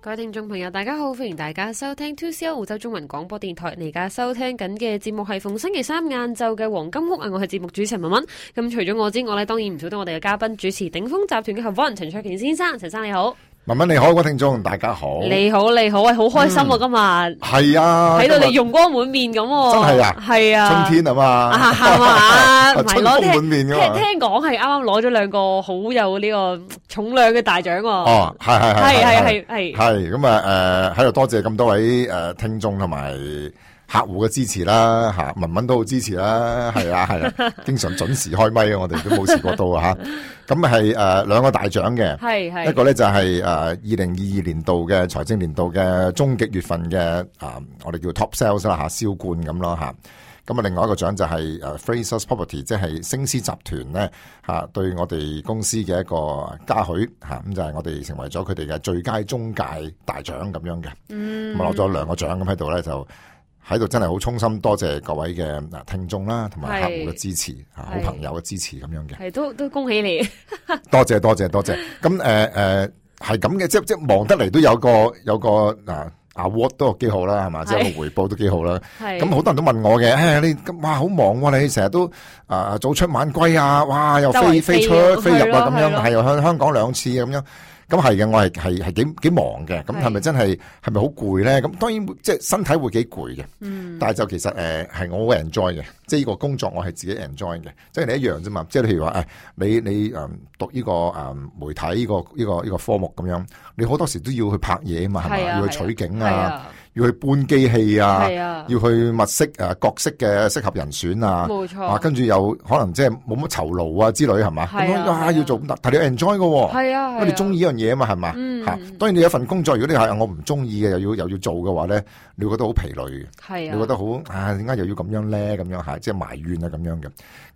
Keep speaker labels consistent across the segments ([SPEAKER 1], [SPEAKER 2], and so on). [SPEAKER 1] 各位聽眾朋友，大家好，歡迎大家收聽 2CR 澳洲中文廣播電台。你而家收聽緊嘅節目係逢星期三晏晝嘅黃金屋啊，我係節目主持人文文。咁除咗我之外呢，當然唔少得我哋嘅嘉賓主持鼎豐集團嘅合夥人陳焯楗先生。陳生你好，
[SPEAKER 2] 文文你好，各位聽眾大家好。
[SPEAKER 1] 你好你好，喂，好開心啊！今日
[SPEAKER 2] 係啊，
[SPEAKER 1] 睇到
[SPEAKER 2] 今
[SPEAKER 1] 你
[SPEAKER 2] 日
[SPEAKER 1] 容光滿面咁喎，
[SPEAKER 2] 真係啊
[SPEAKER 1] 係啊，
[SPEAKER 2] 春天啊嘛，
[SPEAKER 1] 啊，係 嘛，唔係
[SPEAKER 2] 春
[SPEAKER 1] 攞
[SPEAKER 2] 風
[SPEAKER 1] 聽
[SPEAKER 2] 滿面
[SPEAKER 1] 聽
[SPEAKER 2] 噶嘛。
[SPEAKER 1] 聽講係啱啱攞咗兩個好有呢個重量嘅大獎喎，
[SPEAKER 2] 哦，係
[SPEAKER 1] 係
[SPEAKER 2] 係係係
[SPEAKER 1] 係係係，
[SPEAKER 2] 係咁啊！誒，喺度多謝咁多位誒聽眾同埋客戶嘅支持啦，吓文文都好支持啦，係啊係啊， 經常準時開咪啊，我哋都冇試過到啊吓。咁係誒兩個大獎嘅。
[SPEAKER 1] 係係
[SPEAKER 2] 一個咧就係誒二零二二年度嘅財政年度嘅終極月份嘅啊、我哋叫 top sales 啦嚇，銷冠咁咯嚇。咁啊，另外一個獎就係誒 Frasers Property，即係星思集團咧嚇對我哋公司嘅一個嘉許嚇，咁就係我哋成為咗佢哋嘅最佳中介大獎咁樣嘅。咁啊攞咗兩個獎咁喺度咧就。喺度真係好衷心多謝各位嘅嗱聽眾啦，同埋客戶嘅
[SPEAKER 1] 係
[SPEAKER 2] 支持，嚇好
[SPEAKER 1] 係
[SPEAKER 2] 朋友嘅支持咁樣嘅。
[SPEAKER 1] 係都都恭喜你，
[SPEAKER 2] 多謝多謝多謝。咁誒誒係咁嘅，即即忙得嚟都有個有個嗱 award 都幾好啦，係嘛？即係
[SPEAKER 1] 係
[SPEAKER 2] 個回報都幾好啦。
[SPEAKER 1] 係
[SPEAKER 2] 咁好多人都問我嘅，誒你咁哇好忙喎，你成日都啊早出晚歸啊，哇又
[SPEAKER 1] 周圍
[SPEAKER 2] 飛
[SPEAKER 1] 飛
[SPEAKER 2] 飛出
[SPEAKER 1] 啊
[SPEAKER 2] 飛入啊
[SPEAKER 1] 係咯
[SPEAKER 2] 咁
[SPEAKER 1] 係
[SPEAKER 2] 樣，
[SPEAKER 1] 咯
[SPEAKER 2] 係又向香港兩次啊咁樣。咁係嘅，我係係係幾幾忙嘅。咁係咪
[SPEAKER 1] 係
[SPEAKER 2] 真係係咪好攰咧？咁當然即係身體會幾攰嘅。
[SPEAKER 1] 嗯
[SPEAKER 2] 但係就其實誒係、我好 enjoy 嘅，即係呢個工作我係自己 enjoy 嘅，即係你一樣啫嘛。即係譬如話誒、你你誒、讀呢、個誒、媒體呢、個呢、個呢、個科目咁樣，你好多時都要去拍嘢啊嘛，係咪？
[SPEAKER 1] 係啊
[SPEAKER 2] 要去取景
[SPEAKER 1] 係
[SPEAKER 2] 啊，
[SPEAKER 1] 啊
[SPEAKER 2] 要去搬機器啊，
[SPEAKER 1] 係啊，
[SPEAKER 2] 要去物色誒角色嘅呃適合人選啊。
[SPEAKER 1] 冇
[SPEAKER 2] 啊，
[SPEAKER 1] 錯，
[SPEAKER 2] 跟住又可能即係冇乜酬勞啊之類係嘛，
[SPEAKER 1] 係啊
[SPEAKER 2] 咁樣
[SPEAKER 1] 係啊
[SPEAKER 2] 要做咁，但係你 enjoy 嘅喎，
[SPEAKER 1] 係啊，
[SPEAKER 2] 因為你中
[SPEAKER 1] 意，
[SPEAKER 2] 意呢樣嘢啊嘛係嘛，
[SPEAKER 1] 嗯
[SPEAKER 2] 嚇當然你有一份工作，如果你係我唔中意嘅又要又要做嘅話咧，你會覺得好疲累嘅。
[SPEAKER 1] 係啊，
[SPEAKER 2] 你覺得好啊？點解又要咁樣咧？咁樣嚇，即係埋怨啊咁樣嘅。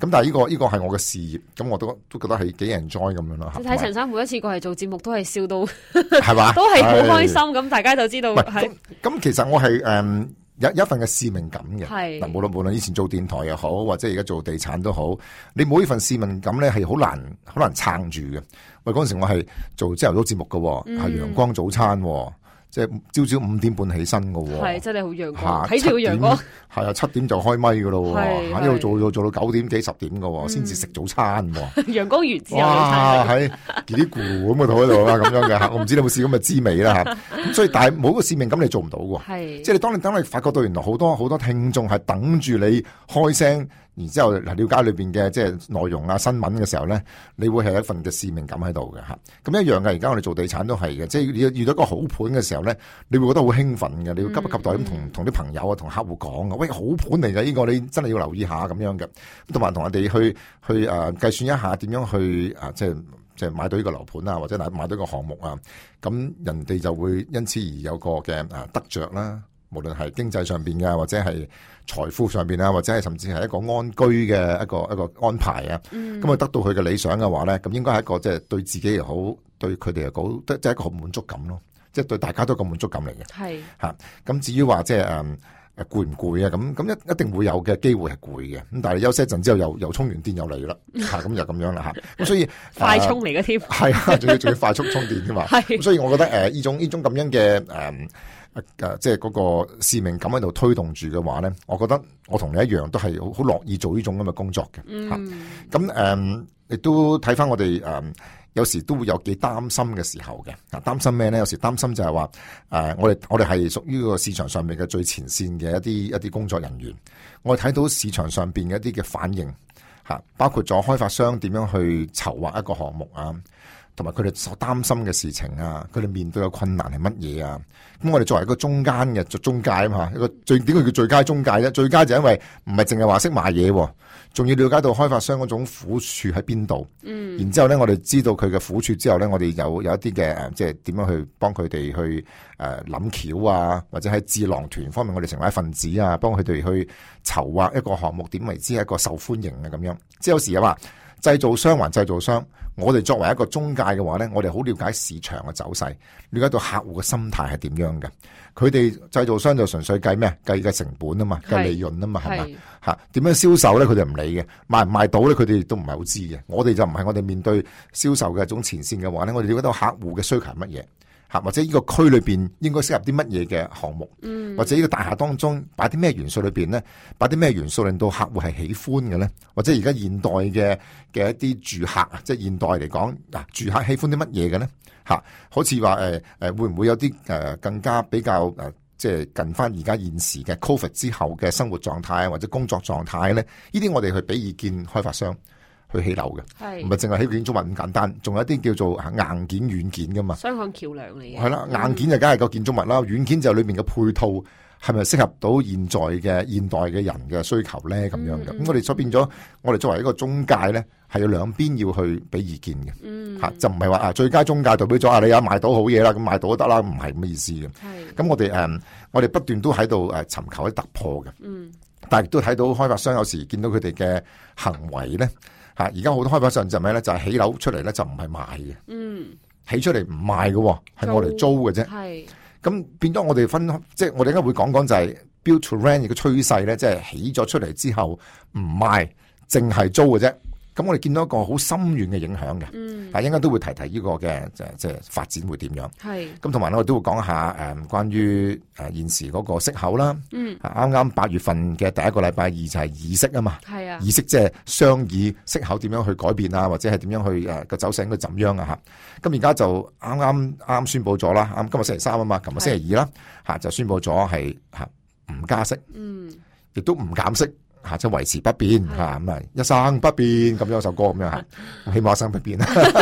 [SPEAKER 2] 咁但係呢個呢個係我嘅事業，咁我都都覺得係幾 enjoy 咁樣咯嚇。
[SPEAKER 1] 你睇陳生每一次過嚟做節目都係笑到，
[SPEAKER 2] 係嘛？
[SPEAKER 1] 都係好開心
[SPEAKER 2] 係。
[SPEAKER 1] 咁，大家就知道
[SPEAKER 2] 唔係
[SPEAKER 1] 係
[SPEAKER 2] 咁咁，其實我係誒有有一份嘅使命感嘅。
[SPEAKER 1] 係
[SPEAKER 2] 嗱，無論無論以前做電台又好，或者而家做地產都好，你冇呢份使命感咧，係好難好難撐住嘅。喂，嗰陣時我係做朝頭早節目嘅
[SPEAKER 1] 嗯
[SPEAKER 2] 喎，係陽光早餐喎，即係朝朝五點半起身嘅喎。
[SPEAKER 1] 係真係好陽
[SPEAKER 2] 嚇
[SPEAKER 1] 光，睇住個陽光，
[SPEAKER 2] 係啊，七點就開咪噶咯
[SPEAKER 1] 係嗯
[SPEAKER 2] 喎，嚇一路
[SPEAKER 1] 係
[SPEAKER 2] 做做做到九點幾十點噶喎，先至食 早餐喎。
[SPEAKER 1] 陽光完之後
[SPEAKER 2] 哇，
[SPEAKER 1] 你
[SPEAKER 2] 喺叽哩咕嚕咁嘅肚喺度啦，啊咁樣嘅嚇，我唔知你有冇試咁嘅滋味啦嚇。咁所以但係冇個使命感你做唔到喎。
[SPEAKER 1] 睇係
[SPEAKER 2] 即係你當你等你發覺到原來好多好多聽眾係等住你開聲，然之後了解裏邊嘅即係內容啊新聞嘅時候咧，你會係有一份嘅使命感喺度嘅嚇。咁一樣嘅，而家我哋做地產都係嘅，即係遇遇到一個好盤嘅時候咧，你會覺得好興奮嘅，你要急不及待咁同同啲朋友啊、同客戶講啊，喂，好盤嚟嘅呢個，你真係要留意下咁樣嘅，咁同埋同人哋去去誒、呃、計算一下點樣去啊、即係。即係買到呢個樓盤啊，或者買買到一個項目啊，咁人哋就會因此而有個嘅啊得着啦。無論係經濟上邊嘅，或者係財富上邊啊，或者係甚至係一個安居嘅一個一個安排啊，咁啊、得到佢嘅理想嘅話咧，咁應該係一個即係對自己又好，對佢哋又好，即即係一個好滿足感咯，即係對大家都一個滿足感嚟嘅。
[SPEAKER 1] 係
[SPEAKER 2] 咁至於話即係誒誒攰唔攰啊？咁咁一一定會有嘅機會係攰嘅。咁但係你休息一陣之後又又充完電又嚟啦，嚇咁就咁樣啦嚇。咁所以
[SPEAKER 1] 快
[SPEAKER 2] 誒
[SPEAKER 1] 充嚟嘅添，
[SPEAKER 2] 係啊，仲要仲要快速充電噶嘛。
[SPEAKER 1] 係
[SPEAKER 2] 咁所以我覺得誒呢、種呢種咁樣嘅誒誒，即係嗰個使命感喺度推動住嘅話咧，我覺得我同你一樣都係好好樂意做呢種咁嘅工作嘅。嚇
[SPEAKER 1] 嗯
[SPEAKER 2] 咁誒、亦都睇翻我哋誒、嗯有時都會有幾擔心嘅時候嘅。嗱，擔心咩咧？有時擔心就係話誒，我哋我哋係屬於個市場上面嘅最前線嘅一啲一啲工作人員，我哋睇到市場上邊嘅一啲嘅反應嚇，包括咗開發商點樣去籌劃一個項目啊。同埋佢哋所擔心嘅事情啊，佢哋面對嘅困難係乜嘢啊？咁我哋作為一個中間嘅做中介啊嘛，一個最點解叫最佳中介啫？最佳就因為唔係淨係話識賣嘢喎，仲要了解到開發商嗰種苦處喺邊度。嗯，然之後咧，我哋知道佢嘅苦處之後咧，我哋有有一啲嘅誒，即係點樣去幫佢哋去誒諗橋啊，或者喺智囊團方面，我哋成為一份子啊，幫佢哋去籌劃一個項目點為之係一個受歡迎啊咁樣。即係有時又話製造商還製造商。我哋作為一個中介嘅話呢，我哋好了解市場嘅走勢，了解到客戶嘅心態係點樣嘅。佢哋製造商就純粹計咩？計嘅成本啊嘛，計利潤啊嘛，係咪？
[SPEAKER 1] 係
[SPEAKER 2] 嚇點樣銷售呢？佢哋唔理嘅，賣唔賣到呢？佢哋亦都唔係好知嘅。我哋就唔係我哋面對銷售嘅一種前線嘅話呢，我哋了解到客戶嘅需求係乜嘢。嚇，或者呢個區裏邊應該適合啲乜嘢嘅項目，或者呢個大廈當中擺啲咩元素裏邊咧，擺啲咩元素令到客戶係喜歡嘅咧，或者而家現代嘅嘅一啲住客啊，即係現代嚟講嗱，住客喜歡啲乜嘢嘅咧嚇？好似話誒誒，會唔會有啲誒、呃更加比較誒？呃即係近翻而家現時嘅 Covid 之後嘅生活狀態啊或者工作狀態咧，呢啲我哋去俾意見開發商去起樓嘅。
[SPEAKER 1] 係
[SPEAKER 2] 唔係淨係起建築物咁簡單，仲有一啲叫做啊硬件、軟件噶嘛。
[SPEAKER 1] 雙向橋梁嚟嘅。
[SPEAKER 2] 係啊啦，硬件就梗係個建築物啦，軟件就裏面嘅配套係咪適合到現在嘅現代嘅人嘅需求咧？咁樣嘅，咁、我哋所變咗，我哋作為一個中介咧，係有兩邊要去俾意見嘅。嗯，嚇就唔係話啊最佳中介代表咗啊你啊買到好嘢啦，咁買到都得啦，唔係咁嘅意思嘅。
[SPEAKER 1] 係
[SPEAKER 2] 咁我哋誒、嗯我哋不斷都喺度誒尋求一啲突破嘅。嗯，但係亦都睇到開發商有時見到佢哋嘅行為咧嚇，而家好多開發商就係咩咧？就係、起樓出嚟咧就唔係賣嘅，
[SPEAKER 1] 嗯
[SPEAKER 2] 起出嚟唔賣嘅喎，係我嚟租嘅啫。
[SPEAKER 1] 係
[SPEAKER 2] 咁變咗我哋分，即係我哋而家會講講就係 build to rent 嘅趨勢咧，即係起咗出嚟之後唔賣，淨係租嘅啫。咁我哋見到一個好深遠嘅影響嘅，
[SPEAKER 1] 嗯
[SPEAKER 2] 但係應該都會提提呢個嘅即係即係發展會點樣。
[SPEAKER 1] 係
[SPEAKER 2] 咁同埋咧，我都會講下誒關於誒現時嗰個息口啦。
[SPEAKER 1] 嗯
[SPEAKER 2] 啊，啱啱八月份嘅第一個禮拜二就係議息啊嘛。
[SPEAKER 1] 係啊
[SPEAKER 2] 議息即係商議息口點樣去改變啊，或者係點樣去誒個走勢應該怎樣啊嚇。咁而家就啱啱啱宣布咗啦，啱今日星期三啊嘛，琴日星期二啦嚇就宣布咗係嚇唔加息，
[SPEAKER 1] 嗯
[SPEAKER 2] 亦都唔減息。嚇，即係維持不變
[SPEAKER 1] 係
[SPEAKER 2] 嚇，咁啊一生不變咁樣有首歌咁樣嚇， 希望一生不變啦，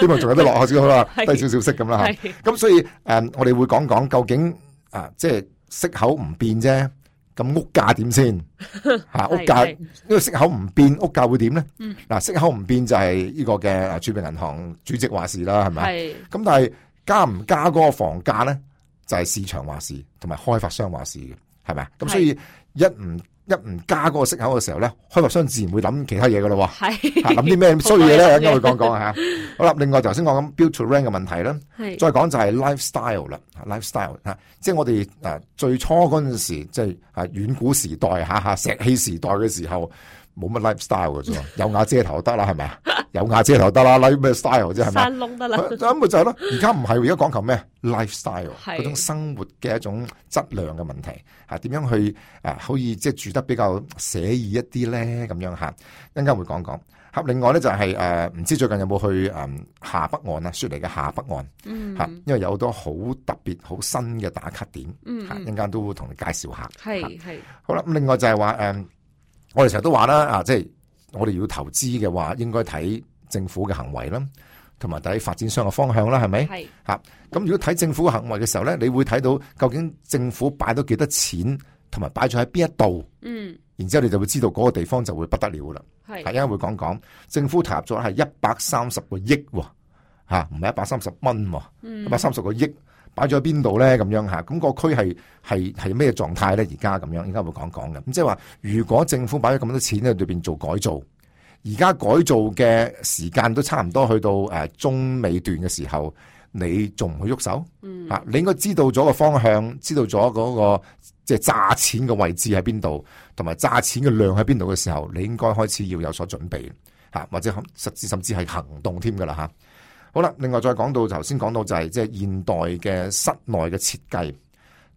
[SPEAKER 2] 希望仲有得落去少少啦，
[SPEAKER 1] 係
[SPEAKER 2] 低少少息咁啦嚇。
[SPEAKER 1] 係
[SPEAKER 2] 咁所以誒、嗯我哋會講講究竟啊，即係息口唔變啫，咁屋價 點先嚇？啊屋價
[SPEAKER 1] 係
[SPEAKER 2] 因為息口唔變，屋價會點咧？
[SPEAKER 1] 嗯
[SPEAKER 2] 嗱、息口唔變就係呢個嘅啊儲備銀行主席話事啦，係咪？啊
[SPEAKER 1] 係
[SPEAKER 2] 咁但係加唔加嗰個房價咧，就係、市場話事同埋開發商話事嘅，係咪？啊咁所以一唔一唔加嗰個息口嘅時候咧，開發商自然會諗其他嘢噶咯喎。
[SPEAKER 1] 係
[SPEAKER 2] 嚇諗啲咩衰嘢咧？
[SPEAKER 1] 好多嘢諗嘅
[SPEAKER 2] 一陣間會講講嚇。啊好啦，另外頭先講緊 build to rent 嘅問題啦。
[SPEAKER 1] 係
[SPEAKER 2] 再講就係 lifestyle 啦啊，lifestyle 嚇，即係我哋誒最初嗰陣時，即係啊遠古時代嚇 嚇石器時代嘅時候，冇乜 lifestyle 嘅啫喎，有瓦遮頭得啦，係咪啊？有瓦遮頭得啦，life 咩 style 啫係咪啊？
[SPEAKER 1] 山窿得啦，
[SPEAKER 2] 咁咪就係咯，而家唔係喎，而家講求咩 lifestyle
[SPEAKER 1] 係
[SPEAKER 2] 嗰種生活嘅一種質量嘅問題嚇，點樣去啊可以即係住得比較寫意一啲咧咁樣嚇，一陣間會講講。嚇，啊另外咧就係誒唔知最近有冇去誒下北岸啊，雪梨嘅下北岸。
[SPEAKER 1] 嗯
[SPEAKER 2] 吓，因為有好多好特別、好新嘅打卡點，
[SPEAKER 1] 嗯
[SPEAKER 2] 吓一
[SPEAKER 1] 嗯
[SPEAKER 2] 陣間都會同你介紹下。
[SPEAKER 1] 係係
[SPEAKER 2] 好啦，咁另外就係話诶，誒我哋成日都話啦，啊，即係我哋要投資嘅話，應該睇政府嘅行為啦，同埋睇發展商嘅方向啦，係咪？
[SPEAKER 1] 係
[SPEAKER 2] 咁如果睇政府嘅行為嘅時候咧，你會睇到究竟政府擺咗幾多錢，同埋擺咗喺邊一度，
[SPEAKER 1] 嗯
[SPEAKER 2] 然之後你就會知道嗰個地方就會不得了啦。
[SPEAKER 1] 係
[SPEAKER 2] 係一陣會講講政府投入咗係一百三十個億喎，嚇唔係一百三十蚊喎，
[SPEAKER 1] 嗯
[SPEAKER 2] 一百三十個億擺咗喺邊度咧？咁樣嚇，咁、個區係係係咩狀態咧？而家咁樣，而家會講講嘅。咁即係話，如果政府擺咗咁多錢喺裏邊做改造，而家改造嘅時間都差唔多去到誒中尾段嘅時候，你仲唔去喐手？
[SPEAKER 1] 嗯
[SPEAKER 2] 嚇，啊你應該知道咗個方向，知道咗嗰、個即係炸錢嘅位置喺邊度，同埋炸錢嘅量喺邊度嘅時候，你應該開始要有所準備嚇，或者甚至甚至係行動添㗎啦嚇。好啦，另外再講到頭先講到就係即係現代嘅室內嘅設計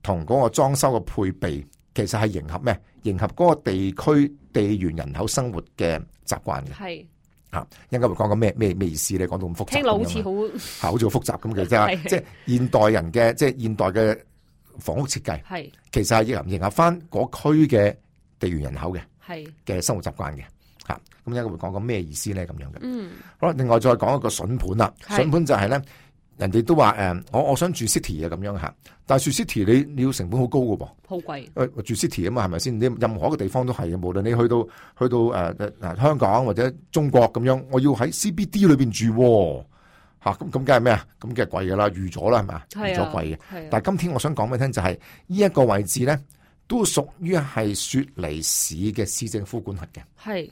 [SPEAKER 2] 同嗰個裝修嘅配備，其實係迎合咩？迎合嗰個地區地緣人口生活嘅習慣嘅
[SPEAKER 1] 係
[SPEAKER 2] 嚇。應該會講緊咩咩咩意思咧？講到咁複雜咁樣啊，
[SPEAKER 1] 聽落好似好
[SPEAKER 2] 係好似好複雜咁嘅啫，
[SPEAKER 1] 係
[SPEAKER 2] 即係現代人嘅即係現代嘅房屋設計，
[SPEAKER 1] 係
[SPEAKER 2] 其實係迎合迎合翻嗰區嘅地緣人口嘅
[SPEAKER 1] 係
[SPEAKER 2] 嘅生活習慣嘅嚇。咁一個會講講咩意思咧？咁樣嘅。
[SPEAKER 1] 嗯
[SPEAKER 2] 好啦，另外再講一個筍盤啦，
[SPEAKER 1] 係
[SPEAKER 2] 筍盤就係咧，人哋都話誒、我我想住 city 啊咁樣嚇，但係住 city 你你要成本好高嘅噃。
[SPEAKER 1] 好貴
[SPEAKER 2] 誒住 city 啊嘛，係咪先？你任何一個地方都係嘅，無論你去到去到誒、誒誒香港或者中國咁樣，我要喺 CBD 裏邊住喎、嚇咁咁梗係咩啊？咁梗係貴㗎啦，預咗啦係咪啊？預
[SPEAKER 1] 係
[SPEAKER 2] 咗
[SPEAKER 1] 啊
[SPEAKER 2] 貴嘅。
[SPEAKER 1] 係啊
[SPEAKER 2] 但係今天我想講俾你聽就係呢一個位置咧，都屬於係雪梨市嘅市政府管轄嘅。
[SPEAKER 1] 係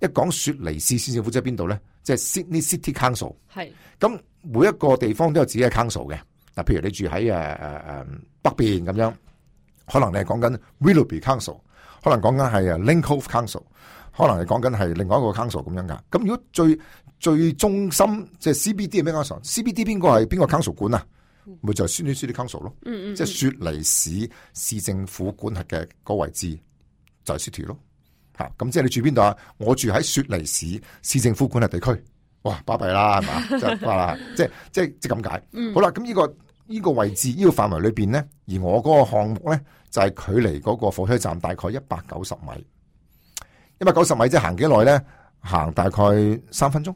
[SPEAKER 2] 一講雪梨市市政府即係邊度咧？即係 Sydney City Council。
[SPEAKER 1] 係
[SPEAKER 2] 咁每一個地方都有自己嘅 council 嘅。嗱，譬如你住喺呃誒誒誒北邊咁樣，可能你係講緊 Willoughby Council，可能講緊係誒 Link Cove 呃 Council，可能係講緊係另外一個 council 咁樣噶。咁如果最最中心即係 CBD 係咩 council？CBD 邊個係邊個 council 管啊？咪就係 Sydney City Council 咯，
[SPEAKER 1] 嗯嗯嗯
[SPEAKER 2] 即係雪梨市市政府管轄嘅嗰位置就係 City 咯。吓，咁即係你住邊度啊？我住喺雪梨市市政府管轄地區。哇，巴閉啦，係嘛？即係哇，即係即係即係咁解。好啦，咁呢、個呢、個位置呢、個範圍裏边咧，而我嗰個項目咧就係距離嗰個火車站大概一百九十米。一百九十米即係行幾耐咧？行大概三分鐘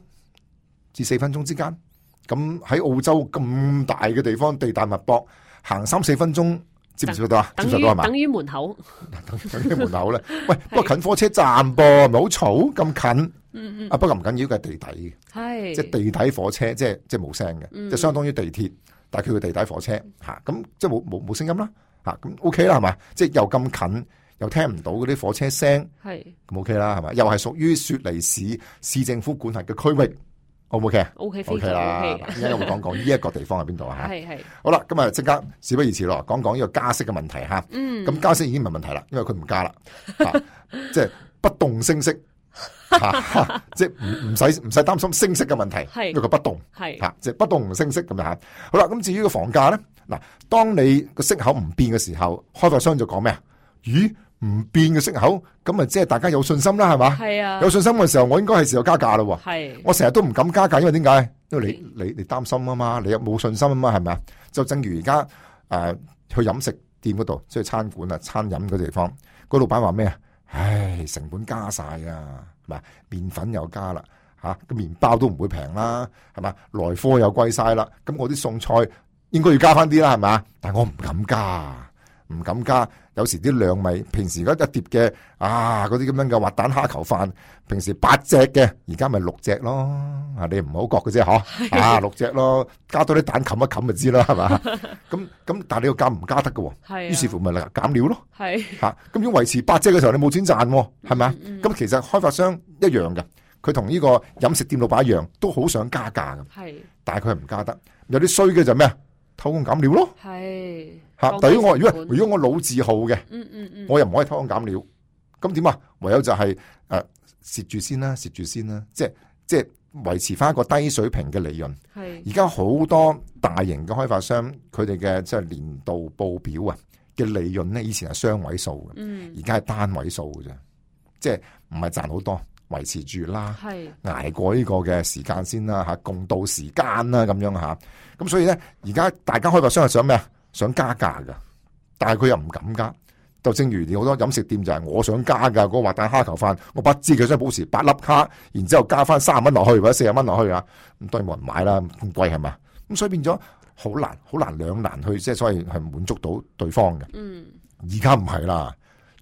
[SPEAKER 2] 至四分鐘之間。咁喺澳洲咁大嘅地方，地大物博，行三四分鐘接唔接受到啊？接
[SPEAKER 1] 等
[SPEAKER 2] 受
[SPEAKER 1] 於
[SPEAKER 2] 到係嘛？
[SPEAKER 1] 等於門口，
[SPEAKER 2] 等啲 門口咧，喂，不過近火車站噃，咪好嘈咁近。
[SPEAKER 1] 嗯嗯，
[SPEAKER 2] 啊，不過唔緊要，佢係地底嘅，
[SPEAKER 1] 係
[SPEAKER 2] 即係地底火車，即係即係冇聲嘅，
[SPEAKER 1] 嗯
[SPEAKER 2] 即係相當於地鐵，但係佢叫地底火車嚇，咁即係冇冇冇聲音啦嚇，咁 OK 啦係嘛？即係又咁近，又聽唔到嗰啲火車聲，
[SPEAKER 1] 係
[SPEAKER 2] 咁 OK 啦係嘛？又係屬於雪梨市市政府管轄嘅區域，O 唔 OK 啊
[SPEAKER 1] OK 非
[SPEAKER 2] ？OK
[SPEAKER 1] 常
[SPEAKER 2] 啦，啊
[SPEAKER 1] OK，
[SPEAKER 2] 一陣間會講講呢一個地方係邊度啊嚇。
[SPEAKER 1] 係係，
[SPEAKER 2] 好啦，咁啊即刻事不宜遲咯，講講呢個加息嘅問題嚇。
[SPEAKER 1] 嗯，
[SPEAKER 2] 咁加息已經唔係問題啦，因為佢唔加啦， 嚇即係不動升息，嚇 即係唔唔使唔使擔心升息嘅問題，
[SPEAKER 1] 係
[SPEAKER 2] 因為佢不動
[SPEAKER 1] 係
[SPEAKER 2] 嚇，即係不動唔升息咁樣嚇。好啦，咁至於個房價咧，嗱，當你個息口唔變嘅時候，開發商就講咩啊？咦，唔變嘅息口，咁咪即係大家有信心啦，係嘛？
[SPEAKER 1] 係啊
[SPEAKER 2] 有，信心嘅時候，我應該係時候加價啦喎。
[SPEAKER 1] 係
[SPEAKER 2] 我成日都唔敢加價，因為點解？因為你你你擔心啊嘛，你又冇信心啊嘛，係咪啊？就正如而家誒去飲食店嗰度，即係餐館啊、餐飲嗰地方，個老闆話咩啊？唉，成本加晒啊，係咪？麵粉又加啦，嚇、個麵包都唔會平啦，係咪？來貨又貴晒啦，咁我啲餸菜應該要加翻啲啦，係咪啊？但我唔敢加，唔敢加。有時啲量咪平時而家一碟嘅啊，嗰啲咁樣嘅滑蛋蝦球飯。平時八隻嘅，而家咪六隻咯。啊，你唔好覺嘅啫，嗬？啊，六隻咯，加多啲蛋冚一冚咪知啦，係 嘛？咁咁，但係你要加唔加得嘅喎？
[SPEAKER 1] 係啊，
[SPEAKER 2] 於是乎咪減料咯，
[SPEAKER 1] 係
[SPEAKER 2] 嚇、咁如果維持八隻嘅時候，你冇錢賺喎，係咪啊？
[SPEAKER 1] 嗯
[SPEAKER 2] 咁其實開發商一樣嘅，佢同呢個飲食店老闆一樣，都好想加價嘅，
[SPEAKER 1] 係
[SPEAKER 2] 但係佢唔加得。有啲衰嘅就咩啊？偷工減料咯，
[SPEAKER 1] 係，
[SPEAKER 2] 嚇、
[SPEAKER 1] 降低
[SPEAKER 2] 但如果我如
[SPEAKER 1] 成
[SPEAKER 2] 果
[SPEAKER 1] 本
[SPEAKER 2] 如果我老字號嘅。
[SPEAKER 1] 嗯嗯嗯，
[SPEAKER 2] 我又唔可以偷工減料，咁點啊？唯有就係誒蝕住先啦，蝕住先啦，即係即係維持翻一個低水平嘅利潤。
[SPEAKER 1] 係
[SPEAKER 2] 而家好多大型嘅開發商，佢哋嘅即係年度報表啊嘅利潤咧，以前係雙位數嘅，
[SPEAKER 1] 嗯
[SPEAKER 2] 而家係單位數嘅啫，即係唔係賺好多，維持住啦。
[SPEAKER 1] 係
[SPEAKER 2] 捱過呢個嘅時間先啦嚇，共度時間啦咁樣嚇。咁所以咧，而家大家開發商係想咩啊？想加價噶，但係佢又唔敢加。就正如你好多飲食店就係我想加㗎，嗰個滑蛋蝦球飯，我不知佢想保持八粒卡，然之後加翻三十蚊落去或者四十蚊落去啊，咁當然冇人買啦，咁貴係嘛？咁所以變咗好難，好難兩難去即係所謂係滿足到對方嘅。
[SPEAKER 1] 嗯
[SPEAKER 2] 而家唔係啦，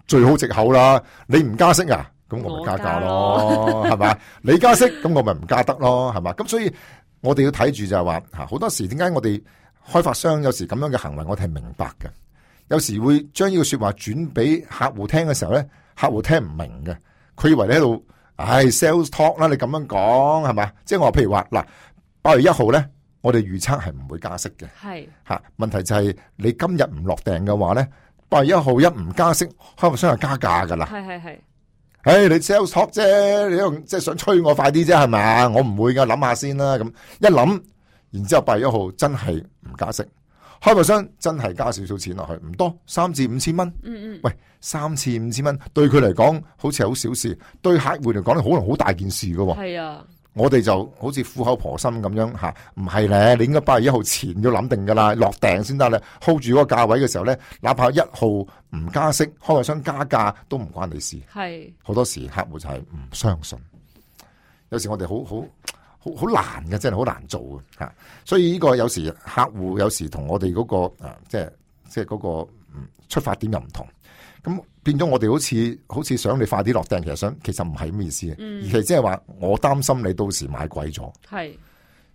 [SPEAKER 2] 最好藉口啦。你唔加息啊，咁我咪加價咯，係 咪？你加息，咁我咪唔加得咯，係嘛？咁所以我哋要睇住就係話，嚇好多時點解我哋開發商有時咁樣嘅行為，我哋係明白嘅。有時會將呢個説話轉俾客戶聽嘅時候咧，客戶聽唔明嘅，佢以為你喺度，唉 sales talk 啦，你咁樣講係嘛？即係我話譬如話嗱，八月一號咧，我哋預測係唔會加息嘅。
[SPEAKER 1] 係
[SPEAKER 2] 吓，問題就係你今日唔落訂嘅話咧，八月一號一唔加息，開發商就加價噶啦。
[SPEAKER 1] 係係係
[SPEAKER 2] 唉、你 sales talk 啫，你喺度即係想催我快啲啫，係咪啊？我唔會噶，諗下先啦。咁一諗，然之後八月一號真係唔加息，開發商真係加少少錢落去，唔多三至五千蚊。
[SPEAKER 1] 嗯嗯
[SPEAKER 2] 喂，三至五千蚊對佢嚟講好似係好小事，對客户嚟講咧可能好大件事噶喎。
[SPEAKER 1] 係啊
[SPEAKER 2] 我哋就好似苦口婆心咁樣吓，唔係咧，你應該八月一號前要諗定噶啦，落訂先得咧，hold 住嗰個價位嘅時候咧，哪怕一號唔加息，開發商加價都唔關你事。
[SPEAKER 1] 係
[SPEAKER 2] 好多時客户就係唔相信，有時我哋好好好好難嘅，真係好難做嘅吓。所以呢個有時客户有時同我哋嗰、個啊，即係即係嗰、個、嗯、出發點又唔同，咁變咗我哋好似好似想你快啲落訂，其實想其實唔係咁嘅意思嘅，而係即係話我擔心你到時買貴咗，
[SPEAKER 1] 係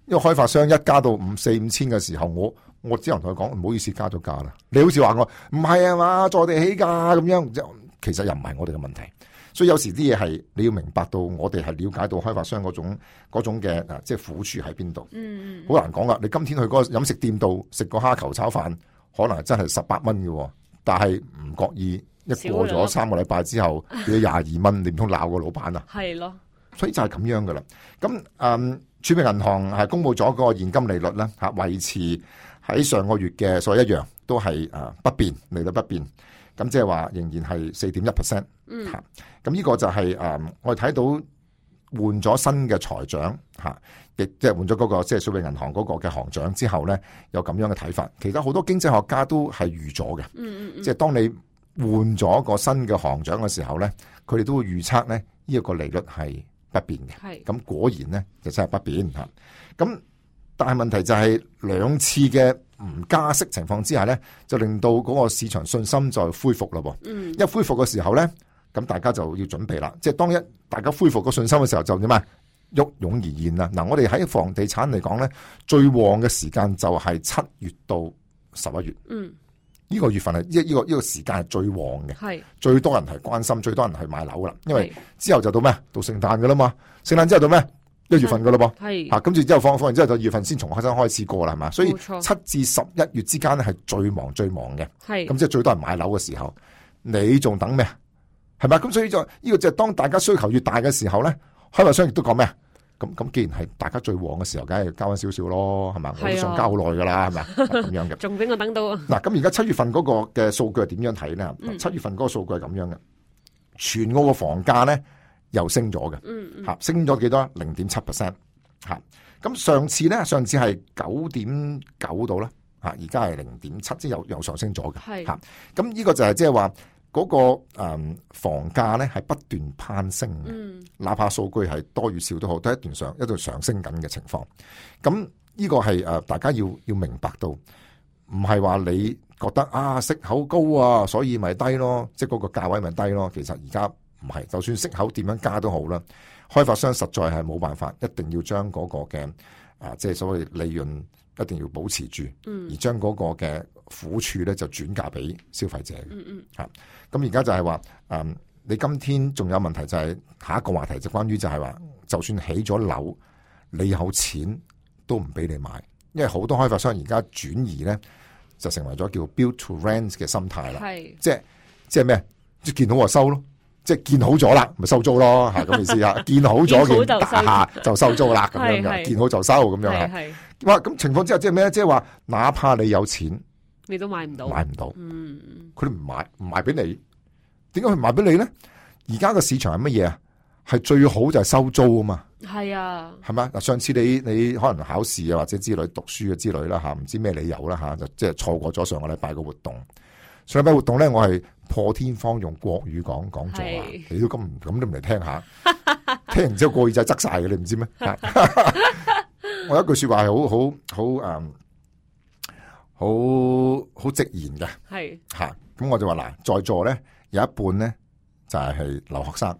[SPEAKER 2] 因為開發商一加到五四五千嘅時候，我我只能同佢講唔好意思加咗價啦。你好似話我唔係啊嘛，坐地起價咁樣，就其實又唔係我哋嘅問題。所以有時啲嘢係你要明白到，我哋係了解到開發商嗰種嗰種嘅啊，即係苦處喺邊度。
[SPEAKER 1] 嗯嗯
[SPEAKER 2] 好難講噶。你今天去嗰個飲食店度食個蝦球炒飯，可能真係十八蚊嘅喎，但係唔覺意一過
[SPEAKER 1] 少咗
[SPEAKER 2] 咗三個禮拜之後，變咗廿二蚊，你唔通鬧個老闆啊？
[SPEAKER 1] 係咯
[SPEAKER 2] 所以就係咁樣噶啦。咁誒，嗯儲備銀行係公布咗嗰個現金利率啦，嚇維持喺上個月嘅所謂一樣都係誒不變，利率不變。咁即係話仍然係四點一 percent
[SPEAKER 1] 嗯
[SPEAKER 2] 嚇。咁呢個就係、誒、我哋睇到換咗新嘅財長嚇，亦即係換咗嗰個即係蘇美銀行嗰個嘅行長之後咧，有咁樣嘅睇法。其他好多經濟學家都係預咗嘅，
[SPEAKER 1] 嗯嗯
[SPEAKER 2] 即係當你換咗個新嘅行長嘅時候咧，佢哋都會預測咧呢一個利率係不變嘅。
[SPEAKER 1] 嗯，系，
[SPEAKER 2] 咁果然咧就真係不變嚇。咁但係問題就係兩次嘅唔加息情況之下咧，就令到嗰個市場信心就恢復咯喎。
[SPEAKER 1] 嗯
[SPEAKER 2] 一恢復嘅時候咧，咁大家就要準備啦。即係當一大家恢復個信心嘅時候，就點啊？喐湧而現啦！嗱，我哋喺房地產嚟講咧，最旺嘅時間就係七月到十一月，
[SPEAKER 1] 嗯
[SPEAKER 2] 呢、個月份係呢呢個呢、個時間係最旺嘅，
[SPEAKER 1] 系，
[SPEAKER 2] 最多人係關心，最多人係買樓噶啦。因為
[SPEAKER 1] 係
[SPEAKER 2] 之後就到咩？到聖誕噶啦嘛，聖誕之後到咩？一月份噶啦噃。
[SPEAKER 1] 係
[SPEAKER 2] 啊，跟住之後放放完之後，就二月份先從開新開始過啦，係嘛？所以
[SPEAKER 1] 冇錯
[SPEAKER 2] 七至十一月之間咧係最忙最忙嘅。
[SPEAKER 1] 係
[SPEAKER 2] 咁即係最多人買樓嘅時候，你仲等咩？係咪？咁所以就呢個就係當大家需求越大嘅時候咧，開發商亦都講咩？咁咁既然係大家最旺嘅時候，梗係交翻少少咯，係嘛？我都
[SPEAKER 1] 係
[SPEAKER 2] 想
[SPEAKER 1] 啊
[SPEAKER 2] 交好耐噶啦，係咪？係咁樣嘅。
[SPEAKER 1] 仲俾我等到啊，
[SPEAKER 2] 嗱，咁而家七月份嗰個嘅數據係點樣睇咧？
[SPEAKER 1] 嗯
[SPEAKER 2] 七月份嗰個數據係咁樣嘅，全澳個房價咧又升咗嘅。
[SPEAKER 1] 嗯嗯
[SPEAKER 2] 吓，升咗幾多？零點七 percent 吓。咁上次咧，上次係九點九度啦，吓，而家係零點七，即係又又上升咗嘅。
[SPEAKER 1] 係
[SPEAKER 2] 吓，咁呢個就係即係話嗰個诶、嗯房價咧係不斷攀升嘅，
[SPEAKER 1] 嗯
[SPEAKER 2] 哪怕數據係多與少都好，都係一段上一段上升緊嘅情況。咁呢個係诶、呃大家要要明白到，唔係話你覺得啊息口高啊，所以咪低咯，即係嗰個價位咪低咯。其實而家唔係，就算息口點樣加都好啦，開發商實在係冇辦法，一定要將嗰個嘅啊，即係所謂利潤一定要保持住，
[SPEAKER 1] 嗯
[SPEAKER 2] 而將嗰個嘅苦處咧就轉嫁俾消費者嘅。
[SPEAKER 1] 嗯嗯，
[SPEAKER 2] 咁而家就係話，嗯，你今天仲有問題就係、下一個話題就關於就係話，就算起咗樓，你有錢都唔俾你買，因為好多開發商而家轉移咧，就成為咗叫 build to rent 嘅心態啦，
[SPEAKER 1] 係
[SPEAKER 2] 即係即係咩？即係見好就收咯。即係建好咗啦，咪收 租咯，係咁意思啊！建好咗
[SPEAKER 1] 見好
[SPEAKER 2] 嘅
[SPEAKER 1] 就收
[SPEAKER 2] 大廈就收租啦，咁樣
[SPEAKER 1] 係
[SPEAKER 2] 嘅，
[SPEAKER 1] 係
[SPEAKER 2] 建好就收咁樣
[SPEAKER 1] 係
[SPEAKER 2] 啊！
[SPEAKER 1] 係，
[SPEAKER 2] 哇，咁情況之下即係咩咧？即係話，哪怕你有錢
[SPEAKER 1] 你都買唔到，
[SPEAKER 2] 買唔到，
[SPEAKER 1] 嗯
[SPEAKER 2] 佢哋唔賣唔賣俾你，點解佢唔賣俾你咧？而家個市場係乜嘢啊？係最好就係收租啊嘛，
[SPEAKER 1] 係啊，
[SPEAKER 2] 係咪？嗱，上次你你可能考試啊或者之類讀書嘅之類啦嚇，唔知咩理由啦嚇，就即係錯過咗上個禮拜個活動。上禮拜活動咧，我係破天荒用國語講講座啊
[SPEAKER 1] 係！
[SPEAKER 2] 你都咁唔咁都唔嚟聽下，聽完之後個耳仔側晒嘅，你唔知咩？嚇我有一句説話係好好好誒，好好直言嘅。
[SPEAKER 1] 係
[SPEAKER 2] 吓，咁我就話嗱，在座咧有一半咧就係係留學生，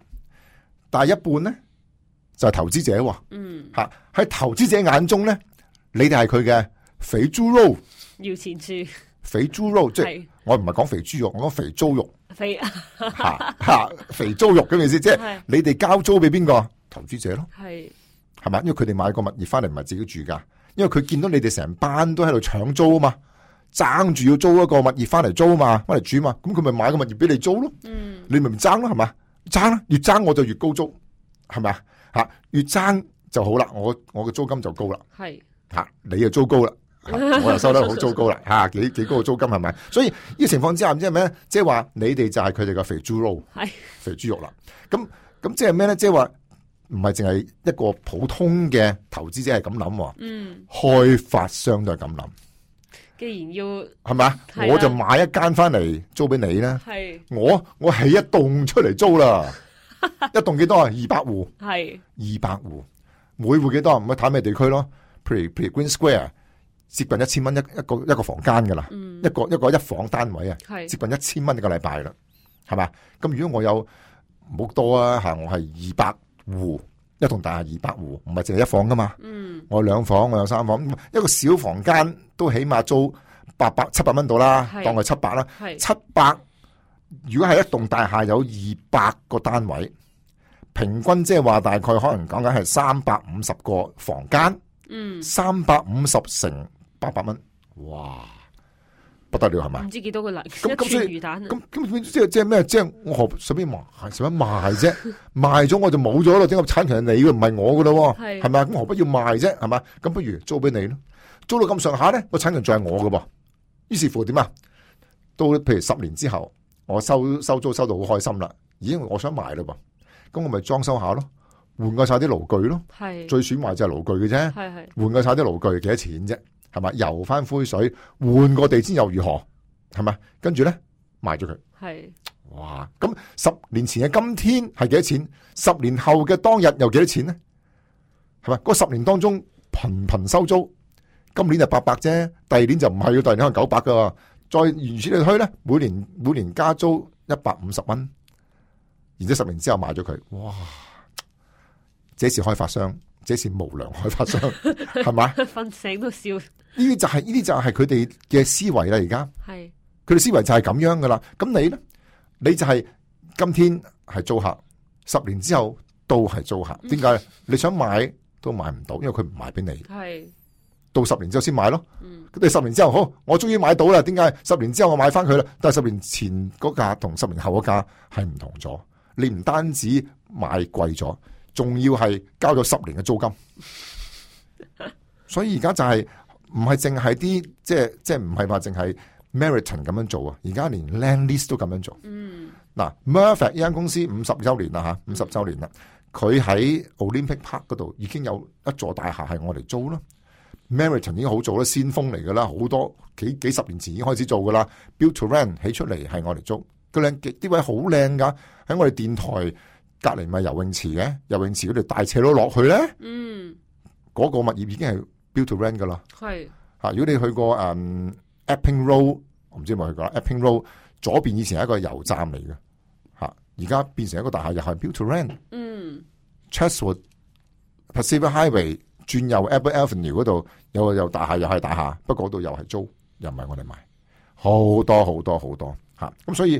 [SPEAKER 2] 但係一半咧就係投資者喎。
[SPEAKER 1] 嗯
[SPEAKER 2] 吓啊喺投資者眼中咧，你哋係佢嘅肥豬肉，
[SPEAKER 1] 要錢輸
[SPEAKER 2] 肥豬肉，即係
[SPEAKER 1] 係
[SPEAKER 2] 我唔係講肥豬肉，我講肥租肉
[SPEAKER 1] 飛
[SPEAKER 2] 吓吓，肥租肉咁意思，即係
[SPEAKER 1] 係
[SPEAKER 2] 你哋交租俾邊個投資者咯，
[SPEAKER 1] 係
[SPEAKER 2] 係咪？因為佢哋買個物業翻嚟唔係自己住噶，因為佢見到你哋成班都喺度搶租啊嘛，爭住要租一個物業翻嚟租啊嘛，翻嚟住啊嘛，咁佢咪買個物業俾你租咯。
[SPEAKER 1] 嗯
[SPEAKER 2] 你咪唔爭咯，係嘛？爭啦，越爭我就越高租，係咪啊？吓，越爭就好啦，我我嘅租金就高啦，
[SPEAKER 1] 係
[SPEAKER 2] 吓，啊你又租 高啦。嚇我又收得好租高啦，吓、幾幾高嘅租金係咪？所以呢個情況之下，即係咩咧？即係話你哋就係佢哋嘅肥豬肉，
[SPEAKER 1] 係
[SPEAKER 2] 肥豬肉啦。咁咁即係咩咧？即係話唔係淨係一個普通嘅投資者係咁諗喎，
[SPEAKER 1] 嗯，
[SPEAKER 2] 開發商都係咁諗，
[SPEAKER 1] 既然要
[SPEAKER 2] 係咪啊？
[SPEAKER 1] 係啊
[SPEAKER 2] 我就買一間翻嚟租俾你啦。
[SPEAKER 1] 係
[SPEAKER 2] 我我起一棟出嚟 租啦，一棟幾多啊？二百户，
[SPEAKER 1] 係
[SPEAKER 2] 二百户，每户幾多啊？唔係睇咩地區咯？譬如譬如 Green Square 接近一千蚊一一個一個房間噶啦，
[SPEAKER 1] 嗯
[SPEAKER 2] 一個一個一房單位啊，
[SPEAKER 1] 係
[SPEAKER 2] 接近一千蚊一個禮拜啦，係嘛？咁如果我有唔好多啊吓，我係二百户，一棟大廈二百户，唔係淨係一房噶嘛，
[SPEAKER 1] 嗯
[SPEAKER 2] 我有兩房，我有三房，咁一個小房間都起碼租八百七百蚊到啦，
[SPEAKER 1] 係
[SPEAKER 2] 當佢七百啦。
[SPEAKER 1] 係
[SPEAKER 2] 七百，如果係一棟大廈有二百個單位，平均即係話大概可能講緊係三百五十個房間，
[SPEAKER 1] 嗯。
[SPEAKER 2] 三百五十乘八百蚊，哇，不得了係咪？
[SPEAKER 1] 唔知幾多個零，一
[SPEAKER 2] 咁
[SPEAKER 1] 串
[SPEAKER 2] 咁所以
[SPEAKER 1] 魚蛋啊！
[SPEAKER 2] 咁咁即係即係咩？即係我何使乜賣？使乜賣啫？賣咗我就冇咗咯，整個產權係你嘅，唔係我嘅咯喎，
[SPEAKER 1] 係
[SPEAKER 2] 係咪？咁何不要賣啫？係咪？咁不如租俾你咯。租到咁上下咧，個產權仲係我嘅噃。於是乎點啊？到譬如十年之後，我收收租收到好開心啦，咦，我想賣嘞噃，咁我咪裝修下咯，換過晒啲爐具咯，
[SPEAKER 1] 係
[SPEAKER 2] 最損壞就係爐具嘅啫，
[SPEAKER 1] 係係
[SPEAKER 2] 換過晒啲爐具幾多錢啫？係咪？油翻灰水，換個地氈又如何？係咪？跟住咧賣咗佢。
[SPEAKER 1] 係
[SPEAKER 2] 哇！咁十年前嘅今天係幾多錢？十年後嘅當日又幾多錢呢？係咪？嗰十年當中頻頻收租，今年就八百啫，第二年就唔係要，第二年可能九百噶。再如此類推咧，每年每年加租一百五十蚊，然之後十年之後賣咗佢。哇！這是開發商，這是無良開發商，係咪？
[SPEAKER 1] 瞓醒都笑，
[SPEAKER 2] 呢啲就係呢啲就係佢哋嘅思維啦，而家。
[SPEAKER 1] 係
[SPEAKER 2] 佢哋思維就係咁樣噶啦。咁你呢？你就係今天係租客，十年之後都係租客。點解呢？你想買都買唔到，因為佢唔賣俾你。
[SPEAKER 1] 係
[SPEAKER 2] 到十年之後先買咯。
[SPEAKER 1] 嗯
[SPEAKER 2] 咁你十年之後好，我終於買到啦。點解？十年之後我買翻佢啦，但係十年前嗰價同十年後嗰價係唔同咗。你唔單止買貴咗，仲要係交咗十年嘅租金。所以而家就係唔係淨係啲即係即係唔係話淨係 Meriton 咁樣做啊？而家連 Land List 都咁樣做。
[SPEAKER 1] 嗯
[SPEAKER 2] 嗱 m e r f e 呢間公司五十周年啦吓，五十周年啦，佢喺 Olympic Park 嗰度已經有一座大廈係我嚟租啦。Meriton 已經好早啦，先鋒嚟噶啦，好多幾幾十年前已經開始做噶啦。Build to Rent 起出嚟係我嚟租，個靚啲位好靚噶，喺我哋電台隔離咪游泳池嘅，游泳池嗰條大斜路落去咧，
[SPEAKER 1] 嗯
[SPEAKER 2] 嗰、個物業已經係 Build to Rent 噶啦。
[SPEAKER 1] 係
[SPEAKER 2] 啊，如果你去過誒、嗯 Epping Road，我唔知有冇去過啦。Epping Road 左邊以前係一個油站嚟嘅，嚇，而家變成一個大廈，又係 Built to Rent、
[SPEAKER 1] 嗯
[SPEAKER 2] Chatswood、Pacific Highway 轉右 Apple Avenue 嗰度有個又大廈，又係大廈，不過嗰度又係租，又唔係我哋買，好多好多好多嚇。咁所以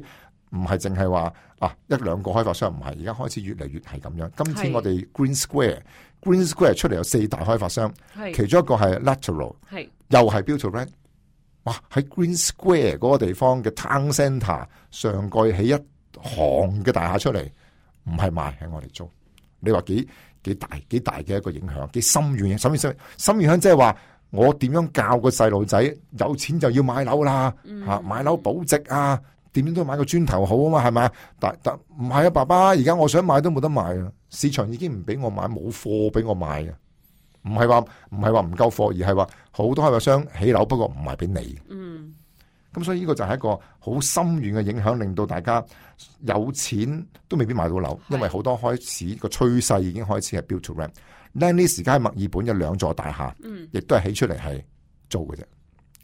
[SPEAKER 2] 唔係淨係話啊一兩個開發商唔係，而家開始越嚟越係咁樣。今次
[SPEAKER 1] 係
[SPEAKER 2] 我哋 Green Square，Green Square 出嚟有四大開發商，
[SPEAKER 1] 係
[SPEAKER 2] 其中一個係 Lateral。
[SPEAKER 1] 係
[SPEAKER 2] 又係 Build to Rent。哇！喺 Green Square 嗰個地方嘅 Town Centre 上蓋起一行嘅大廈出嚟，唔係賣，係我哋租。你話幾幾大幾大嘅一個影響，幾深遠嘅深遠深深遠響，即係話我點樣教個細路仔有錢就要買樓啦嚇、買樓保值啊，點樣都買個磚頭好啊嘛，係咪啊？但但唔係啊，爸爸，而家我想買都冇得賣啊，市場已經唔俾我買，冇貨俾我買啊，唔係話唔係話唔夠貨，而係話好多開發商起樓，不過唔賣俾你。
[SPEAKER 1] 嗯
[SPEAKER 2] 咁所以呢個就係一個好深遠嘅影響，令到大家有錢都未必買到樓，
[SPEAKER 1] 係
[SPEAKER 2] 因為好多開始個趨勢已經開始係 build to rent。land lease 而家喺墨爾本有兩座大廈，
[SPEAKER 1] 嗯
[SPEAKER 2] 亦都係起出嚟係租嘅啫，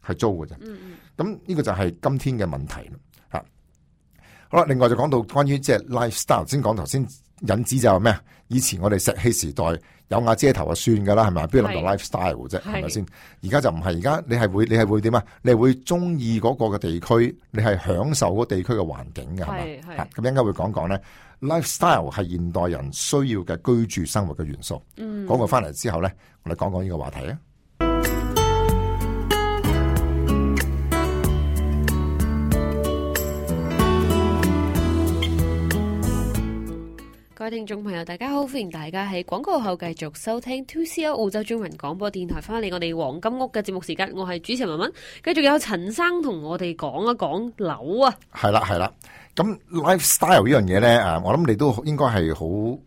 [SPEAKER 2] 係租嘅啫。
[SPEAKER 1] 嗯
[SPEAKER 2] 咁呢個就係今天嘅問題啦。嚇，好啦，另外就講到關於即係 lifestyle，先講頭先引子就係咩啊？以前我哋石器時代有瓦遮頭就算噶啦，係咪？邊度諗到 lifestyle 啫？
[SPEAKER 1] 係
[SPEAKER 2] 係咪先？而家就唔係，而家你係會你係會點啊？你係會中意嗰個嘅地區，你係享受嗰地區嘅環境㗎，係嘛？
[SPEAKER 1] 係係
[SPEAKER 2] 嚇咁應該會講講咧，lifestyle 係現代人需要嘅居住生活嘅元素。
[SPEAKER 1] 嗯
[SPEAKER 2] 講過翻嚟之後咧，我哋講講呢個話題啊。
[SPEAKER 1] 各位聽眾朋友，大家好，歡迎大家喺廣告後繼續收聽 Two C O 澳洲中文廣播電台，翻嚟我哋黃金屋嘅節目時間，我係主持人文文，繼續有陳生同我哋講一講樓啊，
[SPEAKER 2] 係啦，係啦。咁 lifestyle 呢樣嘢咧，啊，我諗你都應該係好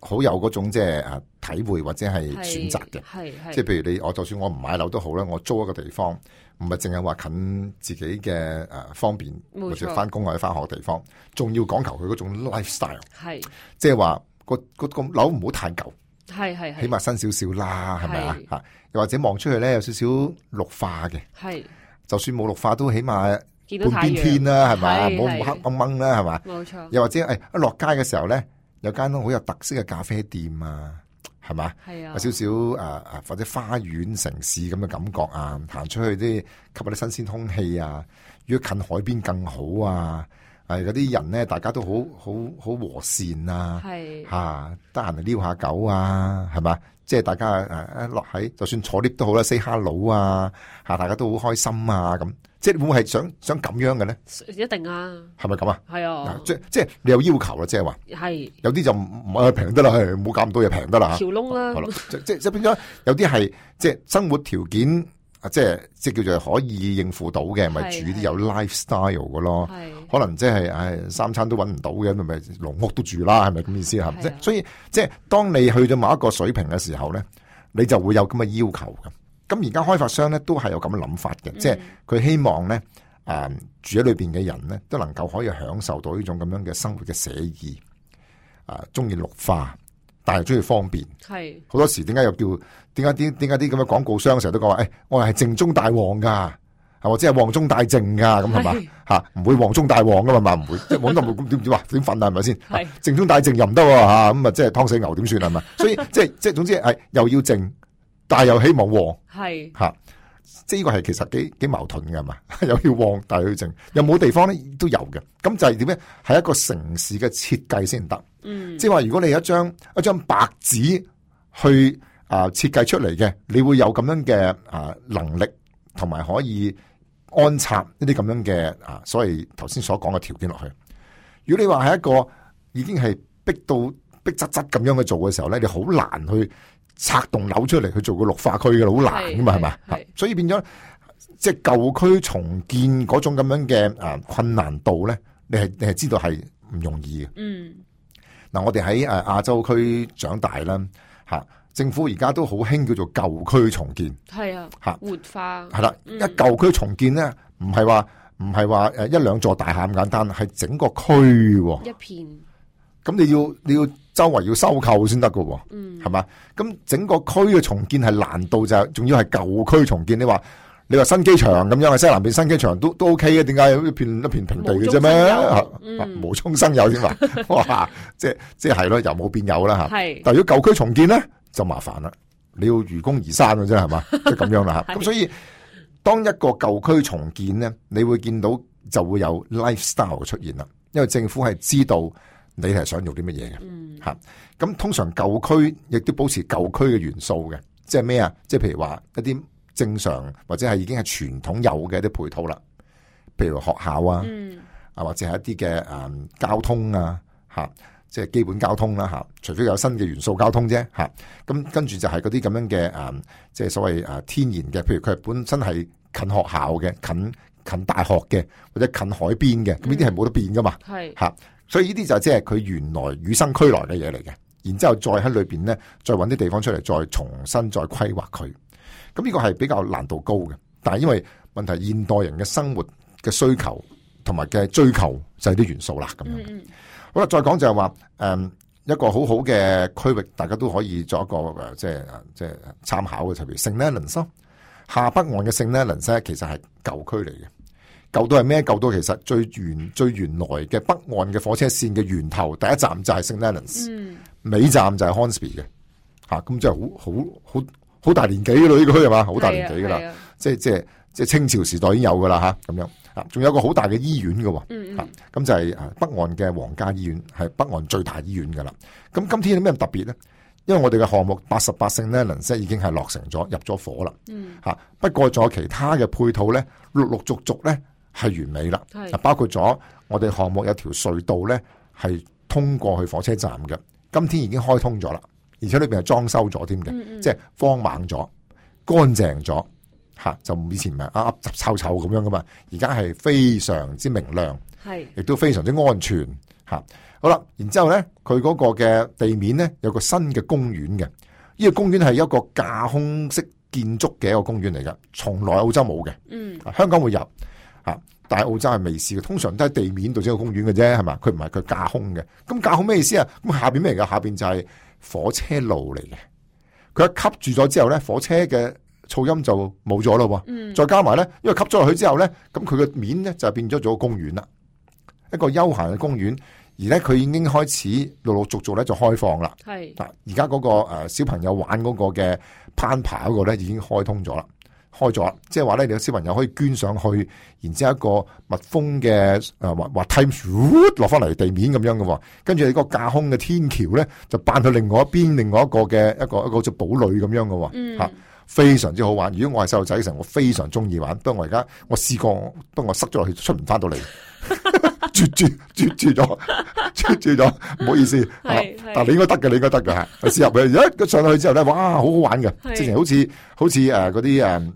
[SPEAKER 2] 好有嗰種即係啊體會或者係選擇嘅。
[SPEAKER 1] 係係
[SPEAKER 2] 即係譬如你，我就算我唔買樓都好啦，我租一個地方，唔係淨係話近自己嘅誒方便，
[SPEAKER 1] 冇錯
[SPEAKER 2] 或者翻工或者翻學嘅地方，仲要講求佢嗰種 lifestyle，
[SPEAKER 1] 係
[SPEAKER 2] 即係話個個個樓唔好太舊，
[SPEAKER 1] 係係係
[SPEAKER 2] 起碼新少少啦，係咪啊
[SPEAKER 1] 係？
[SPEAKER 2] 嚇，又或者望出去咧有少少綠化嘅，
[SPEAKER 1] 係
[SPEAKER 2] 就算冇綠化都起碼
[SPEAKER 1] 見到
[SPEAKER 2] 半
[SPEAKER 1] 太
[SPEAKER 2] 邊天
[SPEAKER 1] 陽，
[SPEAKER 2] 啦，係咪？啊
[SPEAKER 1] 係
[SPEAKER 2] 唔好咁
[SPEAKER 1] 係
[SPEAKER 2] 黑掹掹啦，係啊嘛？
[SPEAKER 1] 冇錯，
[SPEAKER 2] 又或者誒哎一落街嘅時候咧，有間好有特色嘅咖啡店啊，係嘛？
[SPEAKER 1] 係啊
[SPEAKER 2] 有，少少誒誒或者花園城市咁嘅感覺啊，行出去啲吸下啲新鮮空氣啊，如果近海邊更好啊，誒嗰啲人咧大家都好好好和善啊，
[SPEAKER 1] 係
[SPEAKER 2] 嚇得閒嚟撩下狗啊，係嘛？即係大家誒一落喺，就算坐 lift 都好啦，say hello 啊，嚇大家都好開心啊咁，即係會唔會係想想咁樣嘅咧？
[SPEAKER 1] 一定啊，
[SPEAKER 2] 係咪咁啊？
[SPEAKER 1] 係啊
[SPEAKER 2] 嗱，即即係你有要求啦，即係話。
[SPEAKER 1] 係
[SPEAKER 2] 有啲就唔唔啊平得啦，啊唉唔好搞咁多嘢平得啦
[SPEAKER 1] 橋窿
[SPEAKER 2] 係
[SPEAKER 1] 啦，
[SPEAKER 2] 啦，即即即變咗有啲係即係生活條件啊，即係即係叫做可以應付到嘅，咪
[SPEAKER 1] 係
[SPEAKER 2] 煮啲有 lifestyle 嘅咯。
[SPEAKER 1] 係
[SPEAKER 2] 可能即係唉三餐都揾唔到嘅，咁咪農屋都住啦，係咪咁意思啊？
[SPEAKER 1] 係啊
[SPEAKER 2] 即係所以即係當你去到某一個水平嘅時候咧，你就會有咁嘅要求嘅。咁而家開發商咧都係有咁嘅諗法嘅，
[SPEAKER 1] 嗯
[SPEAKER 2] 即係佢希望咧誒、啊住喺裏邊嘅人咧都能夠可以享受到呢種咁樣嘅生活嘅寫意，啊中意綠化，但係中意方便。
[SPEAKER 1] 係
[SPEAKER 2] 好多時點解又叫點解啲點解啲咁嘅廣告商成日都講話，誒、哎我係正中大旺㗎，係或者係旺中帶正㗎，咁係嘛
[SPEAKER 1] 係
[SPEAKER 2] 嚇？唔會旺中帶旺㗎嘛，唔會即係旺中帶旺點點話點瞓啊？係咪先？
[SPEAKER 1] 係
[SPEAKER 2] 正中帶正又唔得喎嚇，咁啊即係劏死牛點算係咪？所以即係即係總之係又要正，但係又希望旺
[SPEAKER 1] 係
[SPEAKER 2] 嚇。即係呢個係其實幾幾矛盾㗎係嘛， 又要旺但係又要正，又冇地方咧都有嘅。咁就係點咧？係一個城市嘅設計先得。
[SPEAKER 1] 嗯
[SPEAKER 2] 即係話如果你有一張一張白紙去啊設計出嚟嘅，你會有咁樣嘅啊能力，同埋可以安插呢啲咁樣嘅啊，所謂頭先所講嘅條件落去。如果你話係一個已經係逼到逼擠擠咁樣去做嘅時候咧，你好難去拆棟樓出嚟去做個綠化區嘅，好難噶嘛，
[SPEAKER 1] 係
[SPEAKER 2] 係啊嘛
[SPEAKER 1] 係係？
[SPEAKER 2] 所以變咗即係舊區重建嗰種咁樣嘅啊困難度咧，你係你係知道係唔容易嘅。
[SPEAKER 1] 嗯
[SPEAKER 2] 嗱，我哋喺誒亞洲區長大啦，嚇政府而家都好興叫做舊區重建，
[SPEAKER 1] 係啊
[SPEAKER 2] 嚇
[SPEAKER 1] 活化
[SPEAKER 2] 係啦，
[SPEAKER 1] 嗯
[SPEAKER 2] 一舊區重建咧，唔係話唔係話誒一兩座大廈咁簡單，係整個區喎。
[SPEAKER 1] 一片
[SPEAKER 2] 咁你要你要周圍要收購先得㗎喎，
[SPEAKER 1] 嗯
[SPEAKER 2] 係嘛？咁整個區嘅重建係難度就係，仲要係舊區重建。你話你話新機場咁樣喺西南邊新機場都都 OK 嘅，點解一片一片平地嘅啫咩？
[SPEAKER 1] 無中生有
[SPEAKER 2] 啊
[SPEAKER 1] 嗯
[SPEAKER 2] 無中生有添話，哇！即即係咯，由冇變有啦嚇。
[SPEAKER 1] 係
[SPEAKER 2] 但如果舊區重建咧，就麻煩啦，你要愚公移山嘅 啫，係嘛，即係咁樣啦嚇。
[SPEAKER 1] 係
[SPEAKER 2] 咁所以當一個舊區重建咧，你會見到就會有 lifestyle 出現啦，因為政府係知道你係想用啲乜嘢嘅。
[SPEAKER 1] 嗯
[SPEAKER 2] 咁通常舊區亦都保持舊區嘅元素嘅，即係咩啊？即係譬如話一啲正常或者係已經係傳統有嘅一啲配套啦，譬如學校啊。
[SPEAKER 1] 嗯
[SPEAKER 2] 啊，或者係一啲嘅誒交通啊，嚇，即係基本交通啦、吓除非有新嘅元素交通啫，嚇、咁跟住就係嗰啲咁樣嘅誒、嗯即係所謂誒天然嘅，譬如佢係本身係近學校嘅、近近大學嘅，或者近海邊嘅，咁呢啲係冇得變噶嘛。
[SPEAKER 1] 係
[SPEAKER 2] 所以呢啲就係即係佢原來與生俱來嘅嘢嚟嘅，然之後再喺裏邊咧，再揾啲地方出嚟，再重新再規劃佢。咁呢個係比較難度高嘅，但係因為問題現代人嘅生活嘅需求同埋嘅追求就係啲元素啦，咁樣
[SPEAKER 1] 嗯。嗯
[SPEAKER 2] 好啦，再講就係話，誒、嗯一個好好嘅區域，大家都可以作一個誒、呃即係呃即係參考嘅，就譬如聖 Leonards 咯下北岸嘅聖 Leonards 咧，其實係舊區嚟嘅。舊到係咩？舊到其實最原最原來嘅北岸嘅火車線嘅源頭，第一站就係聖 Leonards，
[SPEAKER 1] 嗯
[SPEAKER 2] 尾站就係 Hornsby 嘅。嚇、咁即係好好好好大年紀嘅咯，呢個區係嘛？好大年紀噶啦，
[SPEAKER 1] 係啊係啊
[SPEAKER 2] 即係即係即係清朝時代已經有噶啦嚇，咁樣啊，仲有一個好大嘅醫院嘅喎。
[SPEAKER 1] 嗯
[SPEAKER 2] 啊
[SPEAKER 1] 嗯
[SPEAKER 2] 咁就係啊北岸嘅皇家醫院，係北岸最大醫院噶啦。咁今天有咩咁特別咧？因為我哋嘅項目八十八聖呢，能西已經係落成咗，入咗伙啦。
[SPEAKER 1] 嗯
[SPEAKER 2] 嚇，不過仲有其他嘅配套咧，陸陸續續咧係完美啦。
[SPEAKER 1] 係
[SPEAKER 2] 啊包括咗我哋項目有條隧道咧係通過去火車站嘅，今天已經開通咗啦，而且裏邊係裝修咗添嘅，
[SPEAKER 1] 嗯嗯
[SPEAKER 2] 即係荒猛咗、乾淨咗。嚇，就以前唔係噏噏臭臭咁樣噶嘛，而家係非常之明亮。
[SPEAKER 1] 係
[SPEAKER 2] 亦都非常之安全吓。好啦，然之後咧，佢嗰個嘅地面咧有個新嘅公園嘅，呢、個公園係一個架空式建築嘅一個公園嚟㗎，從來澳洲冇嘅，
[SPEAKER 1] 嗯
[SPEAKER 2] 啊香港會有吓，但係澳洲係未試嘅，通常都喺地面度先有公園嘅啫，係嘛？佢唔係佢架空嘅，咁架空咩意思啊？咁下邊咩嚟㗎？下邊就係火車路嚟嘅，佢一吸住咗之後咧，火車嘅噪音就冇咗咯喎。
[SPEAKER 1] 嗯
[SPEAKER 2] 再加埋咧，因為吸咗落去之後咧，咁佢嘅面咧就變咗做個公園啦，一個休閒嘅公園。而咧佢已經開始陸陸續續咧就開放啦。
[SPEAKER 1] 係
[SPEAKER 2] 嗱，啊而家嗰個誒小朋友玩嗰個嘅攀爬嗰個咧已經開通咗啦，開咗啦，即係話咧你個小朋友可以捐上去，然之後一個密封嘅呃誒滑滑梯嗚落翻嚟地面咁樣嘅喎，跟住你個架空嘅天橋咧就扮到另外一邊另外一個嘅一個一個好似堡壘咁樣嘅喎，
[SPEAKER 1] 嗯
[SPEAKER 2] 嚇非常之好玩。如果我係細路仔嘅時候，我非常中意玩。不過我而家我試過，不過我塞咗落去出唔翻到嚟， 絕絕絕絕咗， 絕絕咗，唔好意思。啊
[SPEAKER 1] 係係
[SPEAKER 2] 但你應該得嘅，你應該得嘅嚇。我試入去，一上到去之後咧，哇，好好玩嘅
[SPEAKER 1] 係，
[SPEAKER 2] 直情好似好似誒嗰啲誒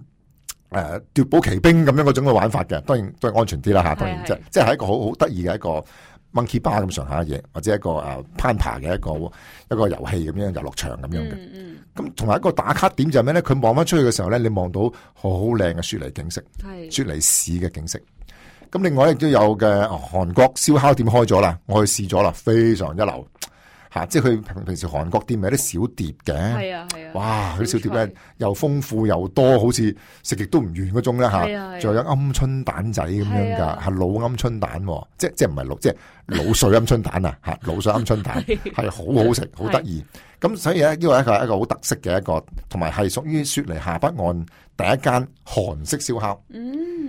[SPEAKER 2] 誒奪寶奇兵咁樣嗰種嘅玩法嘅，當然都係安全啲啦嚇，當然
[SPEAKER 1] 係
[SPEAKER 2] 即係即係一個好好得意嘅一個 monkey bar 咁上下嘅嘢，或者一個誒攀爬嘅一個一個遊戲咁樣遊樂場咁樣嘅。
[SPEAKER 1] 嗯嗯，
[SPEAKER 2] 咁同埋一個打卡點就係咩咧？佢望翻出去嘅時候咧，你望到好靚嘅雪梨景色。
[SPEAKER 1] 係
[SPEAKER 2] 雪梨市嘅景色。咁另外亦都有嘅哦韓國燒烤店開咗啦，我去試咗啦，非常一流嚇、即係佢平平時韓國店咪有啲小碟嘅，
[SPEAKER 1] 係啊係啊，
[SPEAKER 2] 哇！佢啲小碟
[SPEAKER 1] 好
[SPEAKER 2] 咧又豐富又多，好似食極都唔完嗰種啦
[SPEAKER 1] 係啊係
[SPEAKER 2] 嚇。
[SPEAKER 1] 啊
[SPEAKER 2] 仲有鵪鶉蛋仔咁樣
[SPEAKER 1] 係啊
[SPEAKER 2] 㗎，係老鵪鶉蛋喎，即即係唔係老，即係滷水鵪鶉蛋啊 嚇，滷水鵪鶉蛋。
[SPEAKER 1] 係
[SPEAKER 2] 係好好食，好得意。咁所以咧，呢個係一個一個好特色嘅一個，同埋係屬於雪梨下北岸第一間韓式燒烤。
[SPEAKER 1] 嗯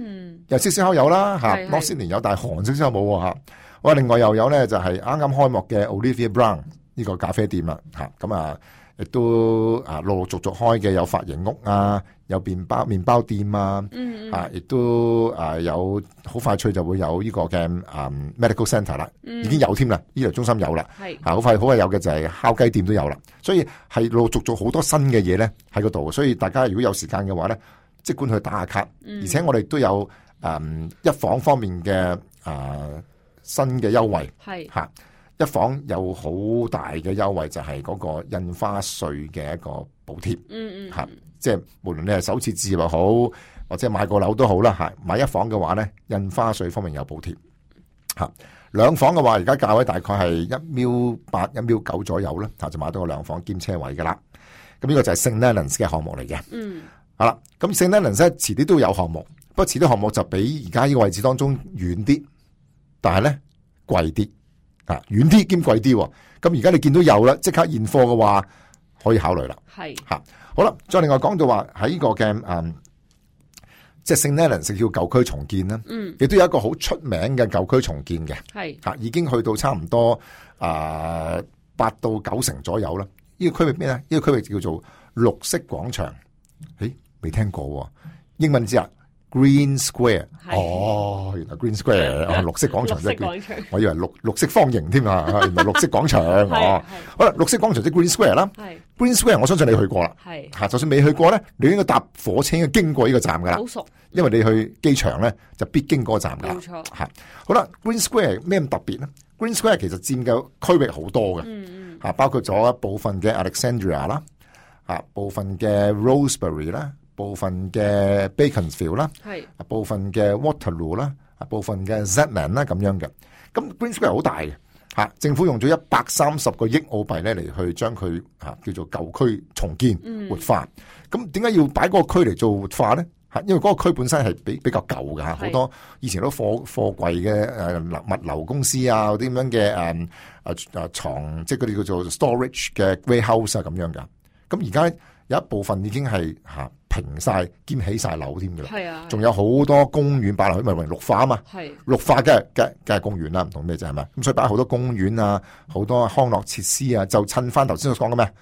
[SPEAKER 2] 日式燒烤有啦嚇
[SPEAKER 1] 係係
[SPEAKER 2] ，North Sydney 有，但係韓式燒烤冇喎嚇。哇，另外又有咧就係啱啱開幕嘅 Olivia Brown 呢個咖啡店啦嚇，咁啊亦都啊陸陸續續開嘅有髮型屋啊，有麵包麵包店啊。
[SPEAKER 1] 嗯
[SPEAKER 2] 啊，亦都啊有好快脆就會有呢個嘅啊 medical centre 啦，
[SPEAKER 1] 嗯，
[SPEAKER 2] 已經有添啦，醫療中心有啦。
[SPEAKER 1] 係
[SPEAKER 2] 啊，好快好快有嘅就係烤雞店都有啦，所以係陸陸續續好多新嘅嘢咧喺嗰度，所以大家如果有時間嘅話咧，即管去打下卡，而且我哋都有誒、嗯一房方面嘅啊新嘅優惠
[SPEAKER 1] 係
[SPEAKER 2] 嚇、一房有好大嘅優惠就係嗰個印花稅嘅一個補貼。
[SPEAKER 1] 嗯嗯
[SPEAKER 2] 嚇即係無論你係首次置業又好，或者買個樓都好啦嚇，買一房嘅話咧，印花税方面有補貼嚇。兩房嘅話，而家價位大概係一秒八、一秒九左右啦，嚇就買到個兩房兼車位噶啦。咁呢個就係 St Leonards 嘅項目嚟嘅。
[SPEAKER 1] 嗯
[SPEAKER 2] 好啦，咁 St Leonards 咧遲啲都有項目，不過遲啲項目就比而家呢個位置當中遠啲，但係咧貴啲啊，遠啲兼貴啲喎。咁而家你見到有啦，即刻現貨嘅話可以考慮啦。
[SPEAKER 1] 係
[SPEAKER 2] 好啦，再另外講到話喺呢個嘅誒、嗯即係聖 n e l e n 叫舊區重建啦，
[SPEAKER 1] 嗯
[SPEAKER 2] 亦都有一個好出名嘅舊區重建嘅
[SPEAKER 1] 係
[SPEAKER 2] 嚇，已經去到差唔多啊八、到九成左右啦。呢、個區域咩咧？呢、個區域叫做綠色廣場，誒未聽過喎，英文字啊 Green Square，
[SPEAKER 1] 係
[SPEAKER 2] 哦，原來 Green Square 哦，綠色廣場
[SPEAKER 1] 綠
[SPEAKER 2] 即
[SPEAKER 1] 色
[SPEAKER 2] 係叫，
[SPEAKER 1] 廣場
[SPEAKER 2] 我以為綠綠色方形添啊， 原來綠色廣場
[SPEAKER 1] 係。
[SPEAKER 2] 哦
[SPEAKER 1] 係
[SPEAKER 2] 好啦，綠色廣場即係 Green Square 啦
[SPEAKER 1] 係
[SPEAKER 2] ，Green Square 我相信你去過啦。
[SPEAKER 1] 係
[SPEAKER 2] 啊吓，就算未去過咧，你應該搭火車應該經過呢個站噶啦，
[SPEAKER 1] 好嗯熟
[SPEAKER 2] 因為你去機場咧就必經嗰個站噶啦
[SPEAKER 1] 冇。錯，
[SPEAKER 2] 吓，好啦，Green Square 咩咁特別咧？Green Square 其實佔嘅區域好多嘅，
[SPEAKER 1] 嗯嗯
[SPEAKER 2] 吓包括咗部分嘅 Alexandria 啦，吓部分嘅 Roseberry 啦，部分嘅 Beaconsfield 啦，
[SPEAKER 1] 係
[SPEAKER 2] 部分嘅 Waterloo 啦，啊部分嘅 Zetland 啦咁樣嘅。咁 Green Square 好大嘅。吓，政府用咗一百三十個億澳幣咧嚟去將佢吓叫做舊區重建，
[SPEAKER 1] 嗯
[SPEAKER 2] 活化。咁點解要擺嗰個區嚟做活化咧？嚇，因為嗰個區本身係比比較舊嘅嚇，
[SPEAKER 1] 係
[SPEAKER 2] 好多以前好多貨貨櫃嘅誒物流公司啊，嗰啲咁樣嘅誒誒誒牀，即係嗰啲叫做 storage 嘅 warehouse 啊咁樣噶。咁而家有一部分已經係嚇平晒兼起晒樓添㗎啦，
[SPEAKER 1] 係啊，
[SPEAKER 2] 仲有好多公園擺落去，咪為綠化啊嘛。
[SPEAKER 1] 係
[SPEAKER 2] 綠化梗係梗係梗係公園啦，唔同咩啫係咪？咁所以擺好多公園啊，好多康樂設施啊，就襯翻頭先所講嘅咩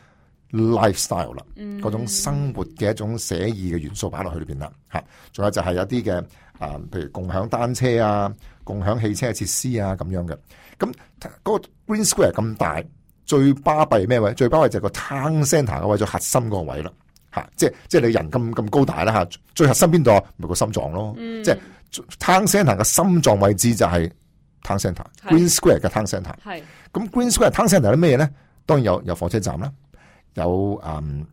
[SPEAKER 2] lifestyle 啦，
[SPEAKER 1] 嗯
[SPEAKER 2] 嗰種生活嘅一種寫意嘅元素擺落去裏邊啦嚇。仲有就係有啲嘅啊，譬如共享單車啊、共享汽車嘅設施啊咁樣嘅。咁嗰個 Green Square 咁大，最巴閉係咩位？最巴閉就係個 Town Centre 嘅位，最核心嗰個位啦。嚇，即係即係你人咁咁高大啦嚇，最核心邊度啊？咪個心臟咯，
[SPEAKER 1] 嗯
[SPEAKER 2] 即係 Town Centre 嘅心臟位置就係 Town Centre
[SPEAKER 1] 係
[SPEAKER 2] Green Square 嘅 Town Centre。
[SPEAKER 1] 係
[SPEAKER 2] 咁 Green Square Town Centre 有啲咩咧？當然有有火車站啦，有嗯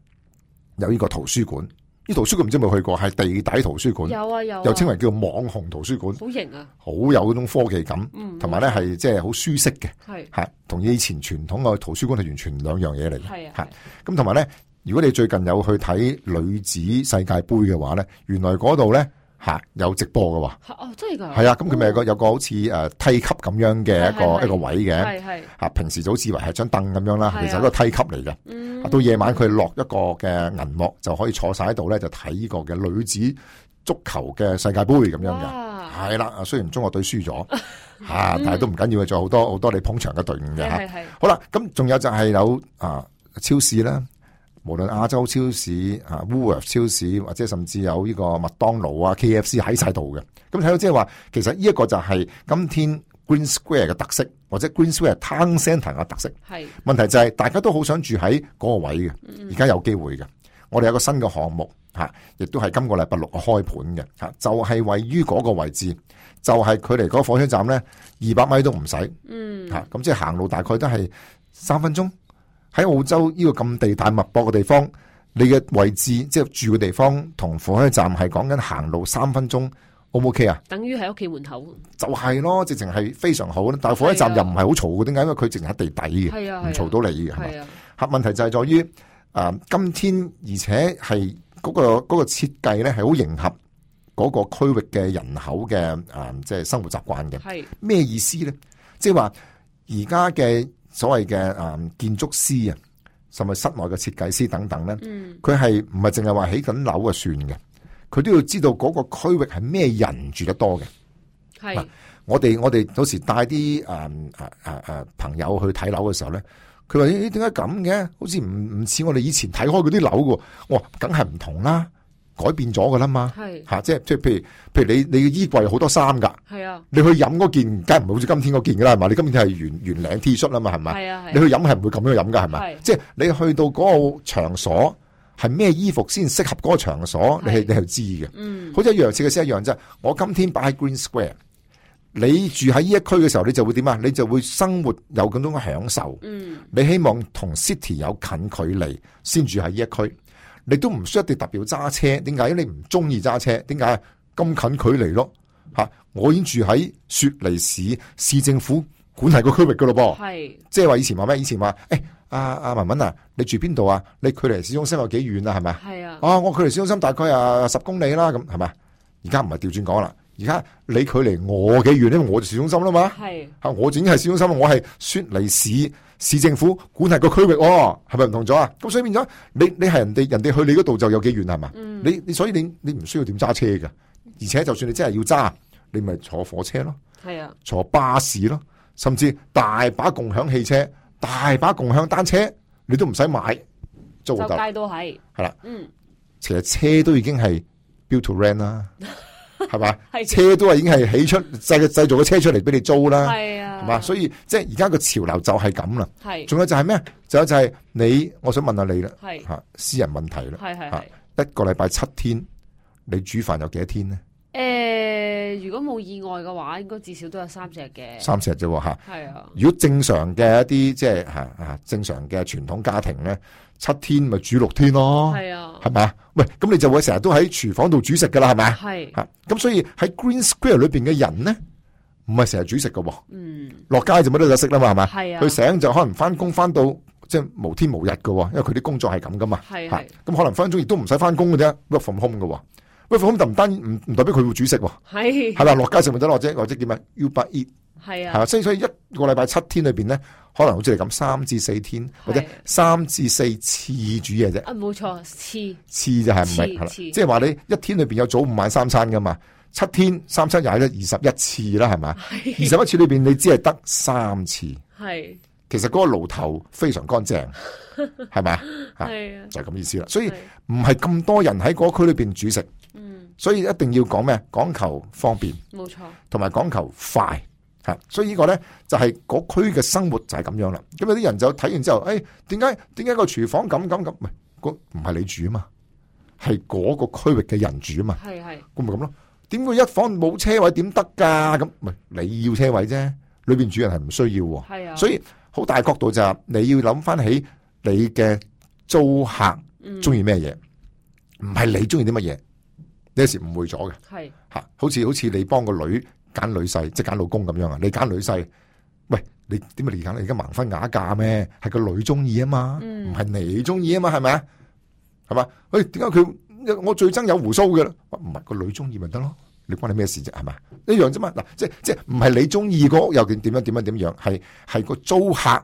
[SPEAKER 2] 有呢個圖書館。呢圖書館唔知有冇去過，係地底圖書館，
[SPEAKER 1] 有啊有啊，
[SPEAKER 2] 又稱為叫網紅圖書館，
[SPEAKER 1] 好型啊，
[SPEAKER 2] 好有嗰種科技感，
[SPEAKER 1] 嗯
[SPEAKER 2] 同埋咧係即係好舒適嘅，
[SPEAKER 1] 係
[SPEAKER 2] 嚇，同以前傳統嘅圖書館係完全兩樣嘢嚟嘅。
[SPEAKER 1] 係
[SPEAKER 2] 嚇
[SPEAKER 1] 啊
[SPEAKER 2] 咁同埋咧，如果你最近有去睇女子世界盃嘅話咧，原來嗰度咧嚇有直播嘅
[SPEAKER 1] 係
[SPEAKER 2] 喎。
[SPEAKER 1] 哦真係㗎，
[SPEAKER 2] 係啊，咁佢咪有個有個好似誒梯級咁樣嘅
[SPEAKER 1] 係
[SPEAKER 2] 一
[SPEAKER 1] 係
[SPEAKER 2] 個一個位嘅
[SPEAKER 1] 係係
[SPEAKER 2] 嚇，平時就好似以為係張凳咁樣啦，
[SPEAKER 1] 係啊
[SPEAKER 2] 其實係一個梯級嚟嘅。啊
[SPEAKER 1] 嗯
[SPEAKER 2] 到夜晚佢落一個嘅銀幕就可以坐晒喺度咧，就睇呢個嘅女子足球嘅世界盃咁樣嘅。
[SPEAKER 1] 哇
[SPEAKER 2] 係啦，啊雖然中國隊輸 咗嚇，但係都唔緊要嘅，仲有好多好多你捧場嘅隊伍嘅嚇。
[SPEAKER 1] 係係係
[SPEAKER 2] 好啦，咁仲有就係有啊超市啦，無論亞洲超市啊 Woolworth 超市，或者甚至有呢個麥當勞啊 KFC 喺晒度嘅。咁睇到即係話，其實呢一個就係今天 Green Square 嘅特色，或者 Green Square Town Centre 嘅特色。
[SPEAKER 1] 係嗯
[SPEAKER 2] 問題就係大家都好想住喺嗰個位嘅，而家有機會嘅。我哋有個新嘅項目嚇，亦都係今個禮拜六開盤嘅嚇，就係、位於嗰個位置，就係、距離嗰個火車站咧二百米都唔使
[SPEAKER 1] 嗯，
[SPEAKER 2] 嚇，咁即係行路大概都係三分鐘。喺澳洲呢個咁地大物博嘅地方，你嘅位置即係住嘅地方同火車站係講緊行路三分鐘，O 唔 OK 啊？
[SPEAKER 1] 等於喺屋企門口，
[SPEAKER 2] 就係咯，直情係非常好啦。但係火車
[SPEAKER 1] 係
[SPEAKER 2] 站
[SPEAKER 1] 啊
[SPEAKER 2] 又唔係好嘈嘅，點解？因為佢直情喺地底嘅，
[SPEAKER 1] 係啊，
[SPEAKER 2] 唔嘈到你嘅，係嘛？
[SPEAKER 1] 係啊，
[SPEAKER 2] 核問題就係在於啊、今天而且係嗰、個嗰、個設計咧係好迎合嗰個區域嘅人口嘅啊、即係生活習慣嘅。
[SPEAKER 1] 係
[SPEAKER 2] 咩意思咧？即係話而家嘅所謂嘅啊建築師啊，甚至室內嘅設計師等等咧，
[SPEAKER 1] 嗯
[SPEAKER 2] 佢係唔係淨係話起緊樓啊算嘅？佢都要知道嗰個區域係咩人住得多嘅。
[SPEAKER 1] 係
[SPEAKER 2] 我哋我哋有時帶啲啊誒誒誒誒朋友去睇樓嘅時候咧，佢話：咦，點解咁嘅？好似唔唔似我哋以前睇開嗰啲樓嘅喎。我話梗係唔同啦，改變咗嘅啦嘛。
[SPEAKER 1] 係
[SPEAKER 2] 嚇、即係即係譬如譬如你你嘅衣櫃有好多衫㗎，
[SPEAKER 1] 係啊，
[SPEAKER 2] 你去飲嗰件梗係唔係好似今天嗰件㗎啦，係嘛？你今天係圓圓領 T 恤啦嘛，係咪？
[SPEAKER 1] 係啊，
[SPEAKER 2] 你
[SPEAKER 1] 係
[SPEAKER 2] 去飲係唔會咁樣飲㗎，係咪
[SPEAKER 1] 係？
[SPEAKER 2] 即係你去到嗰個場所係咩衣服先適合嗰個場所，你
[SPEAKER 1] 係
[SPEAKER 2] 係你係知嘅。
[SPEAKER 1] 嗯
[SPEAKER 2] 好似一樣設計師一樣啫。我今天擺喺 Green Square，你住喺呢一區嘅時候，你就會點啊？你就會生活有咁種嘅享受。
[SPEAKER 1] 嗯
[SPEAKER 2] 你希望同 City 有近距離先住喺呢一區，你都唔需要一定特別要揸車。點解？因為你唔中意揸車，點解？咁近距離咯，嚇、我已經住喺雪梨市市政府管轄個區域噶咯噃。
[SPEAKER 1] 係
[SPEAKER 2] 即係話以前話咩？以前話，誒、阿、阿、文文啊，你住邊度啊？你距離市中心有幾遠啊？係咪？
[SPEAKER 1] 係啊，
[SPEAKER 2] 啊，我距離市中心大概啊十公里啦，咁係咪？而家唔係調轉講啦，而家你距離我幾遠，因為我就市中心啦嘛，
[SPEAKER 1] 係
[SPEAKER 2] 嚇我已經係市中心啦，我係雪梨市市政府管轄個區域喎，係咪唔同咗啊？咁所以變咗你你係人哋人哋去你嗰度就有幾遠係嘛？你你所以你你唔需要點揸車㗎，而且就算你真係要揸，你咪坐火車咯，
[SPEAKER 1] 係啊，
[SPEAKER 2] 坐巴士咯，甚至大把共享汽車、大把共享單車，你都唔使買租
[SPEAKER 1] 周
[SPEAKER 2] 就。
[SPEAKER 1] 街都係，
[SPEAKER 2] 係啦，
[SPEAKER 1] 嗯
[SPEAKER 2] 其實車都已經係 build to rent 啦，係嘛？
[SPEAKER 1] 係
[SPEAKER 2] 車都係已經係起出製製造個車出嚟俾你租啦，
[SPEAKER 1] 係啊，
[SPEAKER 2] 係嘛？所以即係而家個潮流就係咁啦。
[SPEAKER 1] 係
[SPEAKER 2] 仲有就係咩？仲有就係你，我想問下你啦，
[SPEAKER 1] 係係
[SPEAKER 2] 吓私人問題啦，
[SPEAKER 1] 係
[SPEAKER 2] 嚇
[SPEAKER 1] 係。
[SPEAKER 2] 一個禮拜七天，你煮飯有幾多天呢？
[SPEAKER 1] 诶、如果冇意外嘅話，應該至少都有三隻嘅。
[SPEAKER 2] 三四日啫喎吓。
[SPEAKER 1] 係啊，
[SPEAKER 2] 如果正常嘅一啲即係吓吓正常嘅傳統家庭咧，七天咪煮六天咯，
[SPEAKER 1] 係啊，
[SPEAKER 2] 係咪啊？喂，咁你就會成日都喺廚房度煮食噶啦，係咪啊？
[SPEAKER 1] 係，
[SPEAKER 2] 吓，咁所以喺 Green Square 裏边嘅人咧，唔係成日煮食嘅喎，
[SPEAKER 1] 嗯，
[SPEAKER 2] 落街就乜都有食啦嘛，係咪？
[SPEAKER 1] 係啊，
[SPEAKER 2] 佢醒就可能翻工翻到即係無天無日嘅喎，因為佢啲工作係咁噶嘛，
[SPEAKER 1] 係
[SPEAKER 2] 吓
[SPEAKER 1] 係
[SPEAKER 2] 咁可能分分鐘亦都唔使翻工嘅啫，work from home 嘅喎，work from home 就唔單唔唔代表佢會煮食喎，
[SPEAKER 1] 係
[SPEAKER 2] 係咪？落街食咪得咯，或者或者點啊？Uber Eat
[SPEAKER 1] 係
[SPEAKER 2] 係
[SPEAKER 1] 啊，
[SPEAKER 2] 嘛？所以所以一個禮拜七天裏边咧，可能好似你咁三至四天或者
[SPEAKER 1] 係
[SPEAKER 2] 三至四次煮嘢啫。
[SPEAKER 1] 啊冇錯，黐
[SPEAKER 2] 次就係唔係
[SPEAKER 1] 次
[SPEAKER 2] 係啦，
[SPEAKER 1] 次
[SPEAKER 2] 即係話你一天裏邊有早午晚三餐噶嘛，七天三餐廿一二十一次啦，係咪？二十一次裏邊你只係得三次，
[SPEAKER 1] 係
[SPEAKER 2] 其實嗰個爐頭非常乾 淨，係咪？啊
[SPEAKER 1] 係啊，
[SPEAKER 2] 就係咁意思啦。所以
[SPEAKER 1] 係
[SPEAKER 2] 唔係咁多人喺嗰區裏邊煮食，
[SPEAKER 1] 嗯，
[SPEAKER 2] 所以一定要講咩？講求方便
[SPEAKER 1] 冇錯，
[SPEAKER 2] 同埋講求快。嚇，所以呢個呢，就係嗰區嘅生活就係咁樣啦。咁有啲人就睇完之後，誒點解點解個廚房咁咁咁？唔係嗰唔係你煮啊嘛，係嗰個區域嘅人煮啊嘛。
[SPEAKER 1] 係係
[SPEAKER 2] 咁咪咁咯。點佢一房冇車位點得㗎？咁咪你要車位啫，裏邊主人係唔需要喎。
[SPEAKER 1] 係啊，
[SPEAKER 2] 所以好大角度就係你要諗翻起你嘅租客
[SPEAKER 1] 嗯
[SPEAKER 2] 中意咩嘢，唔係你中意啲乜嘢。你有時誤會咗嘅
[SPEAKER 1] 係
[SPEAKER 2] 嚇，好似好似你幫個女揀女婿，即係揀老公咁樣啊。你揀女婿，喂，你點解你揀？你而家盲婚啞嫁咩？係個女中意啊嘛，
[SPEAKER 1] 嗯
[SPEAKER 2] 唔係你中意啊嘛，係咪啊？係嘛？喂，點解佢我最憎有胡鬚嘅啦？啊唔係個女中意咪得咯？你關你咩事啫？係咪一樣啫嘛？嗱，即係即係唔係你中意嗰個又點點樣點樣點樣？係係個租客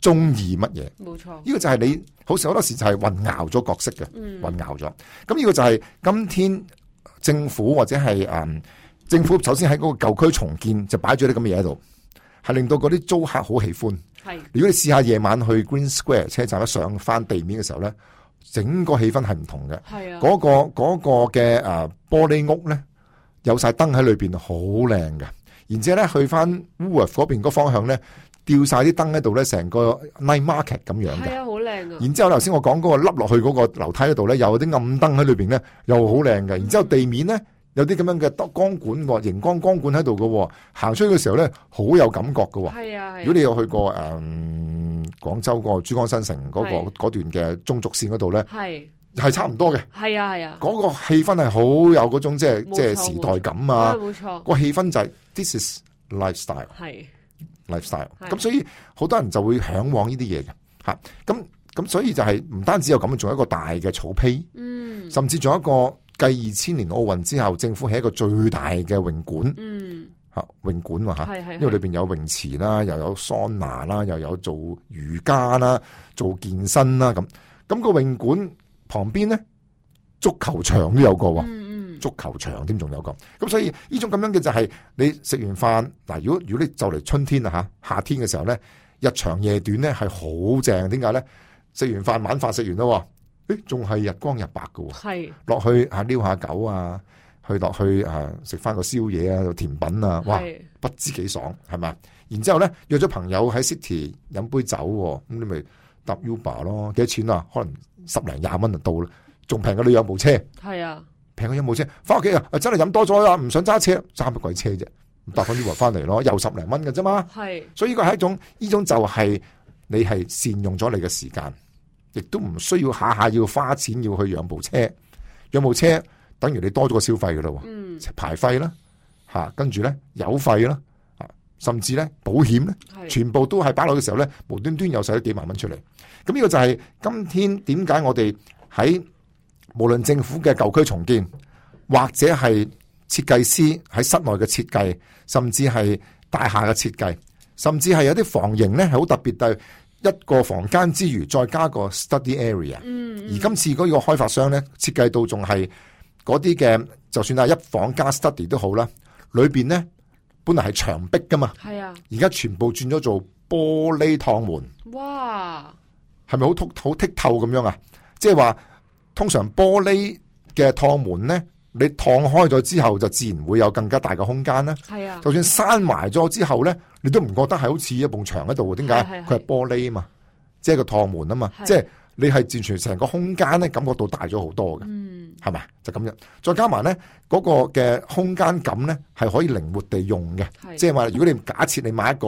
[SPEAKER 2] 中意乜嘢？呢、
[SPEAKER 1] 冇錯，
[SPEAKER 2] 個就係你好似好多時就係混淆咗角色嘅。
[SPEAKER 1] 嗯
[SPEAKER 2] 混淆咗。咁呢個就係今天政府或者係誒、嗯政府首先喺嗰個舊區重建就擺咗啲咁嘅嘢喺度，係令到嗰啲租客好喜歡。
[SPEAKER 1] 係
[SPEAKER 2] 如果你試下夜晚去 Green Square 車站一上翻地面嘅時候咧，整個氣氛係唔同嘅。
[SPEAKER 1] 係啊，
[SPEAKER 2] 嗰、個嗰、個嘅誒玻璃屋咧，有晒燈喺裏邊，好靚嘅。然之後咧，去翻 w o o l w o r t h 嗰邊嗰方向咧，吊晒啲燈喺度咧，成個 night market 咁樣嘅
[SPEAKER 1] 係。啊，好靚啊！
[SPEAKER 2] 然之後頭先我講嗰個凹落去嗰個樓梯嗰度咧，有啲暗燈喺裏邊咧，又好靚嘅。
[SPEAKER 1] 嗯
[SPEAKER 2] 然之後地面咧有啲咁樣嘅光管喎，熒光光管喺度嘅喎，行出去嘅時候咧好有感覺嘅喎。
[SPEAKER 1] 係啊，係啊
[SPEAKER 2] 如果你有去過誒、嗯、廣州嗰個珠江新城嗰、
[SPEAKER 1] 係
[SPEAKER 2] 個嗰段嘅中軸線嗰度咧，
[SPEAKER 1] 係
[SPEAKER 2] 係差唔多嘅。
[SPEAKER 1] 係啊係啊，
[SPEAKER 2] 嗰、個氣氛係好有嗰種即係
[SPEAKER 1] 冇錯
[SPEAKER 2] 即係時代感
[SPEAKER 1] 啊
[SPEAKER 2] 啊！
[SPEAKER 1] 冇錯，
[SPEAKER 2] 個氣氛就係、this is lifestyle。
[SPEAKER 1] 係
[SPEAKER 2] lifestyle。
[SPEAKER 1] 係
[SPEAKER 2] 咁所以好多人就會向往呢啲嘢嘅嚇。咁咁所以就係唔單止有咁，仲有一個大嘅草坯，
[SPEAKER 1] 嗯
[SPEAKER 2] 甚至仲有一個繼二千年奧運之後，政府起一個最大嘅泳館
[SPEAKER 1] 嗯
[SPEAKER 2] 嚇，泳館喎嚇。
[SPEAKER 1] 係係，
[SPEAKER 2] 啊因為裏邊有泳池啦，又有桑拿啦，又有做瑜伽啦，做健身啦咁。咁、個泳館旁邊呢，足球場都有個喎。
[SPEAKER 1] 嗯嗯
[SPEAKER 2] 足球場添，仲有個咁，所以呢種咁樣嘅就係你食完飯嗱，如果如果你就嚟春天啦嚇，夏天嘅時候咧，日長夜短咧係好正，點解咧？食完飯晚飯食完啦，誒仲係日光日白嘅喎，
[SPEAKER 1] 係
[SPEAKER 2] 落去啊撩下狗啊，去落去啊食翻個宵夜啊甜品啊，哇
[SPEAKER 1] 係
[SPEAKER 2] 不知幾爽係咪？然之後咧約咗朋友喺 City 飲杯酒喎，咁你咪搭 Uber 咯，幾多錢啊？可能十零廿蚊就到啦，仲平過你有部車。
[SPEAKER 1] 係啊，
[SPEAKER 2] 平過有冇車？翻屋企啊，真係飲多咗啦，唔想揸車，揸乜鬼車啫？搭翻 Uber 翻嚟咯，又十零蚊嘅啫嘛。
[SPEAKER 1] 係
[SPEAKER 2] 所以呢個係一種，呢種就係你係善用咗你嘅時間，亦都唔需要下下要花錢要去養部車，養部車等於你多咗個消費嘅咯喎，
[SPEAKER 1] 嗯
[SPEAKER 2] 排費啦，嚇，跟住咧油費啦，啊，甚至咧保險咧。
[SPEAKER 1] 係
[SPEAKER 2] 全部都係擺落嘅時候咧，無端端又使咗幾萬蚊出嚟。咁呢個就係今天點解我哋喺無論政府嘅舊區重建，或者係設計師喺室內嘅設計，甚至係大廈嘅設計，甚至係有啲房型咧係好特別，但係一個房間之餘再加個 study area。
[SPEAKER 1] 嗯
[SPEAKER 2] 而今次嗰個開發商咧設計到仲係嗰啲嘅，就算係一房加 study 都好啦，裏邊咧本來係牆壁噶嘛。
[SPEAKER 1] 係啊，
[SPEAKER 2] 而家全部轉咗做玻璃趟門，
[SPEAKER 1] 哇
[SPEAKER 2] 係咪好剔好剔透咁樣啊？即係話通常玻璃嘅趟門呢，你趟開咗之後，就自然會有更加大嘅空間啦。
[SPEAKER 1] 係啊，
[SPEAKER 2] 就算閂埋咗之後呢，你都唔覺得係好似一埲牆喺度喎？點解？
[SPEAKER 1] 係係係
[SPEAKER 2] 佢係玻璃啊嘛，即係個趟門啊嘛，
[SPEAKER 1] 係
[SPEAKER 2] 即係你係完全成個空間呢，感覺到大咗好多嘅，
[SPEAKER 1] 嗯
[SPEAKER 2] 係咪？就咁樣，再加埋呢嗰、個嘅空間感呢，係可以靈活地用嘅。
[SPEAKER 1] 係
[SPEAKER 2] 即係話，如果你假設你買一個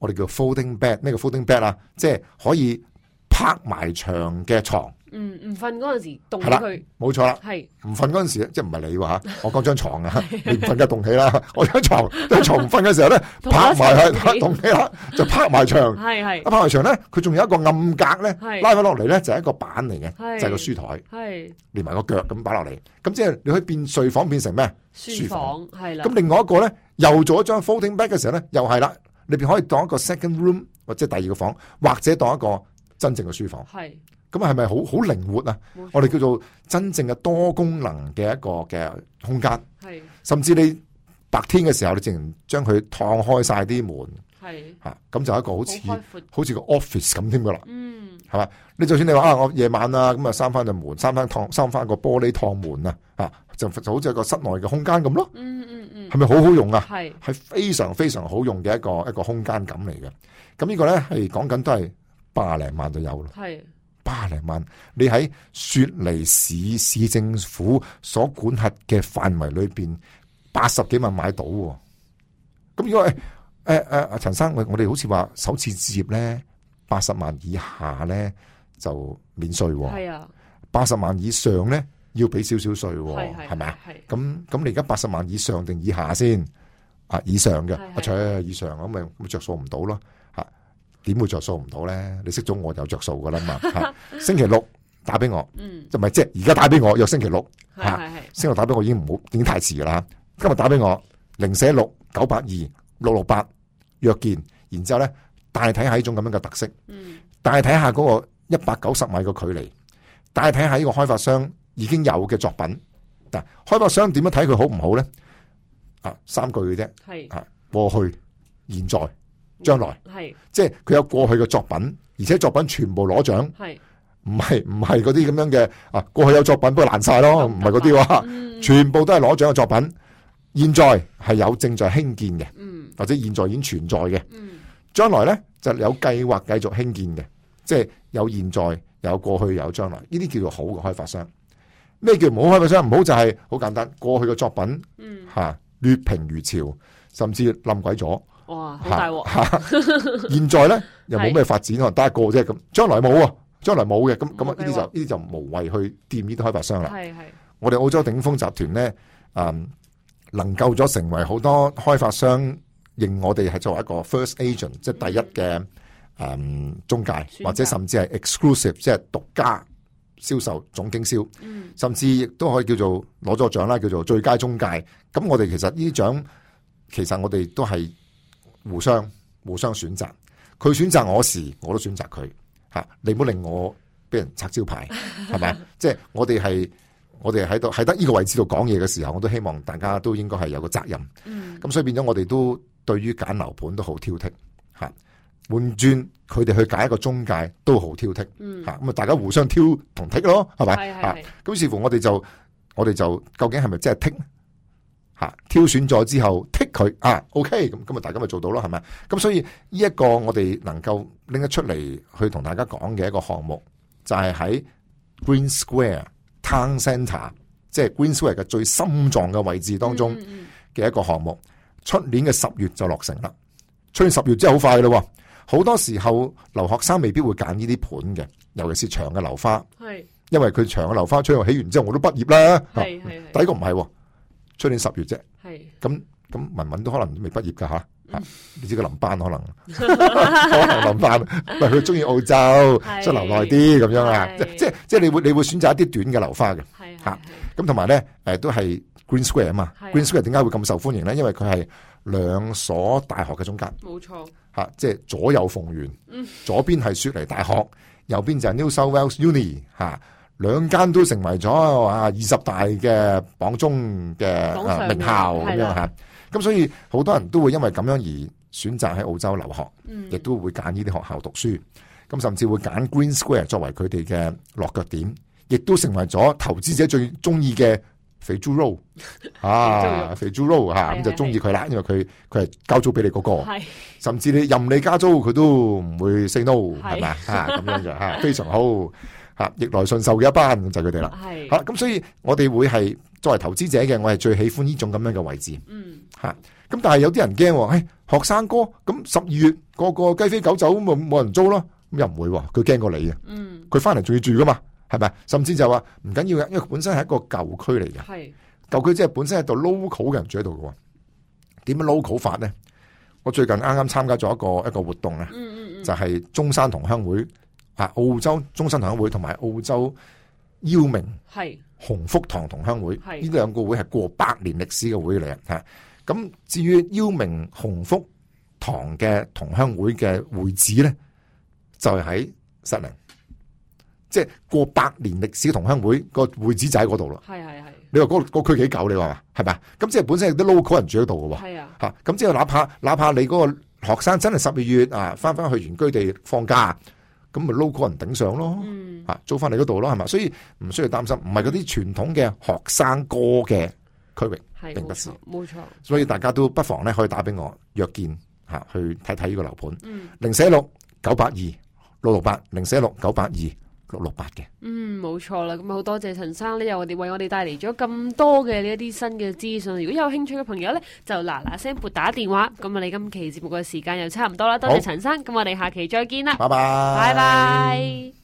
[SPEAKER 2] 我哋叫 folding bed，咩叫 folding bed 啊？即係可以拍埋牆嘅床，
[SPEAKER 1] 嗯唔瞓嗰陣時凍
[SPEAKER 2] 係啦
[SPEAKER 1] 咗佢
[SPEAKER 2] 冇錯啦。
[SPEAKER 1] 係
[SPEAKER 2] 唔瞓嗰陣時，即係唔係 你話嚇，我講張床啊，你唔瞓梗係動起啦。 我張床張床唔瞓嘅時候咧，
[SPEAKER 1] 同我
[SPEAKER 2] 拍
[SPEAKER 1] 一齊
[SPEAKER 2] 埋
[SPEAKER 1] 動起
[SPEAKER 2] 去 動起啦，就拍埋牆。
[SPEAKER 1] 係
[SPEAKER 2] 一
[SPEAKER 1] 係
[SPEAKER 2] 拍埋牆咧，佢仲有一個暗格咧，
[SPEAKER 1] 係
[SPEAKER 2] 拉翻落嚟咧就係一個板嚟嘅，
[SPEAKER 1] 係
[SPEAKER 2] 啊就係個書台，
[SPEAKER 1] 係
[SPEAKER 2] 連埋個腳咁擺落嚟。咁即係你可以變睡房變成咩？書
[SPEAKER 1] 書
[SPEAKER 2] 房
[SPEAKER 1] 房係啦
[SPEAKER 2] 咁，另外一個咧，又做一張 folding bed 嘅時候咧，又係啦，裏邊可以當一個 second room 或者第二個房，或者當一個真正嘅書房。
[SPEAKER 1] 係
[SPEAKER 2] 咁係咪好好靈活啊？
[SPEAKER 1] 冇錯
[SPEAKER 2] 我哋叫做真正嘅多功能嘅一個嘅空間，
[SPEAKER 1] 係
[SPEAKER 2] 甚至你白天嘅時候，你直然將佢燙開晒啲門
[SPEAKER 1] 係
[SPEAKER 2] 嚇，咁就一個好似
[SPEAKER 1] 好開闊，
[SPEAKER 2] 好似個 office 咁添噶啦。
[SPEAKER 1] 嗯
[SPEAKER 2] 你就算你話啊，我夜晚啊，咁啊閂翻隻門，閂翻燙，閂翻個玻璃趟門啊，啊就就好似一個室內嘅空間咁咯，
[SPEAKER 1] 嗯嗯嗯
[SPEAKER 2] 係咪好好用啊？
[SPEAKER 1] 係
[SPEAKER 2] 係非常非常好用嘅一個一個空間感嚟嘅。咁呢個呢，係講緊都係八零萬就有啦，
[SPEAKER 1] 係
[SPEAKER 2] 八零萬你喺雪梨市市政府所管轄嘅範圍裏邊，八十幾萬買到喎。咁如果誒誒誒阿陳生，我我哋好似話首次置業呢，八十萬以下呢就免税喎，
[SPEAKER 1] 係啊
[SPEAKER 2] 八十萬以上呢要俾少少税
[SPEAKER 1] 係
[SPEAKER 2] 喎，
[SPEAKER 1] 係
[SPEAKER 2] 係咪啊？
[SPEAKER 1] 係
[SPEAKER 2] 咁咁你而家八十萬以上定以下先？啊，以上嘅，
[SPEAKER 1] 係
[SPEAKER 2] 啊，
[SPEAKER 1] 係
[SPEAKER 2] 切，以上咁咪咁着數唔到咯？嚇、點會着數唔到咧？你識咗我就着數噶啦 嘛、嚇星期六打俾我，
[SPEAKER 1] 嗯
[SPEAKER 2] 就唔係即係而家打俾我，約星期六，
[SPEAKER 1] 係係係
[SPEAKER 2] 星期六打俾我已經唔好，已經太遲噶啦。今日打俾我零四六九八二六六八約見，然之後咧大體係一種咁樣嘅特色。
[SPEAKER 1] 嗯
[SPEAKER 2] 大體下嗰個一百九十米嘅距離，大體下呢個開發商已經有嘅作品。嗱，開發商點樣睇佢好唔好咧？啊，三句嘅啫，
[SPEAKER 1] 係
[SPEAKER 2] 過去、現在、將來，
[SPEAKER 1] 係
[SPEAKER 2] 即係佢有過去嘅作品，而且作品全部攞獎，
[SPEAKER 1] 係
[SPEAKER 2] 唔係唔係嗰啲咁樣嘅啊，過去有作品不過爛晒咯，唔係嗰啲喎，
[SPEAKER 1] 嗯
[SPEAKER 2] 全部都係攞獎嘅作品。現在係有正在興建嘅，
[SPEAKER 1] 嗯
[SPEAKER 2] 或者現在已經存在嘅。
[SPEAKER 1] 嗯
[SPEAKER 2] 將來咧就有計劃繼續興建嘅，即係有現在、有過去、有將來，呢啲叫做好嘅開發商。咩叫唔好開發商？唔好就係、好簡單，過去嘅作品
[SPEAKER 1] 嗯，
[SPEAKER 2] 嚇、劣評如潮，甚至冧 鬼咗。
[SPEAKER 1] 哇，好大鑊，
[SPEAKER 2] 現在咧又冇咩發展，可能得一個啫咁，將來冇喎，將來冇嘅，咁咁啊
[SPEAKER 1] 冇計劃
[SPEAKER 2] 呢啲就呢啲就無謂去掂呢啲開發商啦。
[SPEAKER 1] 係係，
[SPEAKER 2] 我哋澳洲鼎豐集團咧，嗯，能夠咗成為好多開發商認我哋係作為一個 first agent，即係第一嘅嗯中介，
[SPEAKER 1] 選擇
[SPEAKER 2] 或者甚至係 exclusive，即係獨家銷售總經銷。
[SPEAKER 1] 嗯，
[SPEAKER 2] 甚至亦都可以叫做攞咗獎啦，叫做最佳中介。咁我哋其實呢啲獎，其實我哋都係互相互相選擇。佢選擇我時，我都選擇佢嚇。你唔好令我俾人拆招 牌，係咪？即係我哋係我哋喺度喺得呢個位置度講嘢嘅時候，我都希望大家都應該係有個責任。
[SPEAKER 1] 嗯，
[SPEAKER 2] 咁所以變咗我哋都對於揀樓盤都好挑剔嚇。換轉佢哋去揀一個中介都好挑剔
[SPEAKER 1] 嗯，
[SPEAKER 2] 嚇，咁啊大家互相挑同剔咯，係咪
[SPEAKER 1] 係
[SPEAKER 2] 嚇
[SPEAKER 1] 係係，
[SPEAKER 2] 咁視乎我哋就我哋就究竟係咪真係剔呢吓挑選咗之後剔佢啊，OK，咁咁啊大家咪做到咯，係咪？咁所以呢一個我哋能夠拎得出嚟去同大家講嘅一個項目，就係、喺 Green Square Town Centre，即係 Green Square 嘅最心臟嘅位置當中
[SPEAKER 1] 嗯，嗯
[SPEAKER 2] 嘅一個項目，出年嘅十月就落成啦。出年十月真係好快噶咯，好多時候留學生未必會揀呢啲盤嘅，尤其是長嘅樓花。
[SPEAKER 1] 嗯係
[SPEAKER 2] 因為佢長嘅樓花吹落起完之後，我都畢業啦。
[SPEAKER 1] 係
[SPEAKER 2] 啊
[SPEAKER 1] 係
[SPEAKER 2] 第一個唔係喎，出年十月啫，
[SPEAKER 1] 係
[SPEAKER 2] 咁咁文文都可能都未畢業噶吓。啊你知佢臨班可能，可能臨班，唔係佢中意澳洲，
[SPEAKER 1] 係
[SPEAKER 2] 即係留耐啲咁樣啊。
[SPEAKER 1] 係
[SPEAKER 2] 即即即係你會你會選擇一啲短嘅樓花嘅。
[SPEAKER 1] 係
[SPEAKER 2] 嚇
[SPEAKER 1] 係
[SPEAKER 2] 咁同埋咧，誒都係 Green Square 啊嘛。
[SPEAKER 1] 係啊
[SPEAKER 2] Green Square 點解會咁受歡迎咧？因為佢係兩所大學嘅中間。
[SPEAKER 1] 冇錯，
[SPEAKER 2] 吓、啊即係左右逢源
[SPEAKER 1] 嗯，
[SPEAKER 2] 左邊係雪梨大學，右邊就係 New South Wales Uni 吓、兩間都成為咗啊二十大嘅榜中嘅
[SPEAKER 1] 榜
[SPEAKER 2] 啊
[SPEAKER 1] 上
[SPEAKER 2] 名校
[SPEAKER 1] 嘅
[SPEAKER 2] 咁
[SPEAKER 1] 係
[SPEAKER 2] 樣
[SPEAKER 1] 啦
[SPEAKER 2] 吓，咁所以好多人都會因為咁樣而選擇喺澳洲留學，
[SPEAKER 1] 嗯，
[SPEAKER 2] 亦都會揀呢啲學校讀書，咁甚至會揀 Green Square 作為佢哋嘅落腳點，亦都成為咗投資者最中意嘅肥豬肉啊，肥豬肉吓，
[SPEAKER 1] 係
[SPEAKER 2] 咁就
[SPEAKER 1] 係
[SPEAKER 2] 中意佢啦，因為佢佢係交租俾你嗰、個。
[SPEAKER 1] 係
[SPEAKER 2] 甚至你任你加租，佢都唔會 say no，
[SPEAKER 1] 係
[SPEAKER 2] 係咪啊？ 嚇咁樣就嚇，非常好嚇，逆來順受嘅一班咁就係佢哋啦。
[SPEAKER 1] 係
[SPEAKER 2] 好啦，咁所以我哋會係作為投資者嘅，我係最喜歡呢種咁樣嘅位置
[SPEAKER 1] 嗯
[SPEAKER 2] 嚇。咁但係有啲人驚喎，誒學生哥咁十二月個個雞飛狗走，冇冇人租咯？咁又唔會喎，佢驚過你啊！
[SPEAKER 1] 嗯
[SPEAKER 2] 佢翻嚟仲要住噶嘛，係咪？甚至就話唔緊要嘅，因為佢本身係一個舊區嚟嘅。
[SPEAKER 1] 係
[SPEAKER 2] 舊區即係本身喺度 local 嘅人住喺度嘅喎。點樣 local 法咧？我最近啱啱參加咗一個一個活動咧，
[SPEAKER 1] 嗯嗯嗯
[SPEAKER 2] 就係中山同鄉會啊，澳洲中山同鄉會同埋澳洲邀明
[SPEAKER 1] 係
[SPEAKER 2] 紅福堂同鄉會，
[SPEAKER 1] 係
[SPEAKER 2] 呢兩個會係過百年歷史嘅會嚟啊嚇。咁至於邀明紅福堂嘅同鄉會嘅會址咧，就係喺石寧，即係過百年歷史嘅同鄉會個會址就喺嗰度啦。
[SPEAKER 1] 係係係
[SPEAKER 2] 你話嗰個嗰區幾舊？你話係咪？咁即係本身有啲 local 人住喺度嘅喎，
[SPEAKER 1] 係啊
[SPEAKER 2] 嚇咁即係哪怕哪怕你嗰個學生真係十二月啊翻翻去原居地放假，咁咪 local 人頂上咯，
[SPEAKER 1] 嗯
[SPEAKER 2] 嚇租翻嚟嗰度咯，係咪？所以唔需要擔心，唔係嗰啲傳統嘅學生哥嘅區域，
[SPEAKER 1] 係
[SPEAKER 2] 並
[SPEAKER 1] 冇
[SPEAKER 2] 不是
[SPEAKER 1] 錯冇錯
[SPEAKER 2] 所以大家都不妨咧可以打俾我約見嚇去睇睇呢個樓盤，
[SPEAKER 1] 嗯
[SPEAKER 2] 零四六九八二六六八零四六九八二六六八嘅。
[SPEAKER 1] 嗯，冇錯啦。咁好多謝陳生呢，又我哋為我哋帶嚟咗咁多嘅呢一啲新嘅資訊。如果有興趣嘅朋友呢，就嗱嗱聲撥打電話。咁我哋今期節目嘅時間又差唔多啦，多謝
[SPEAKER 2] 好
[SPEAKER 1] 陳生。咁我哋下期再見啦，
[SPEAKER 2] 拜拜，
[SPEAKER 1] 拜拜。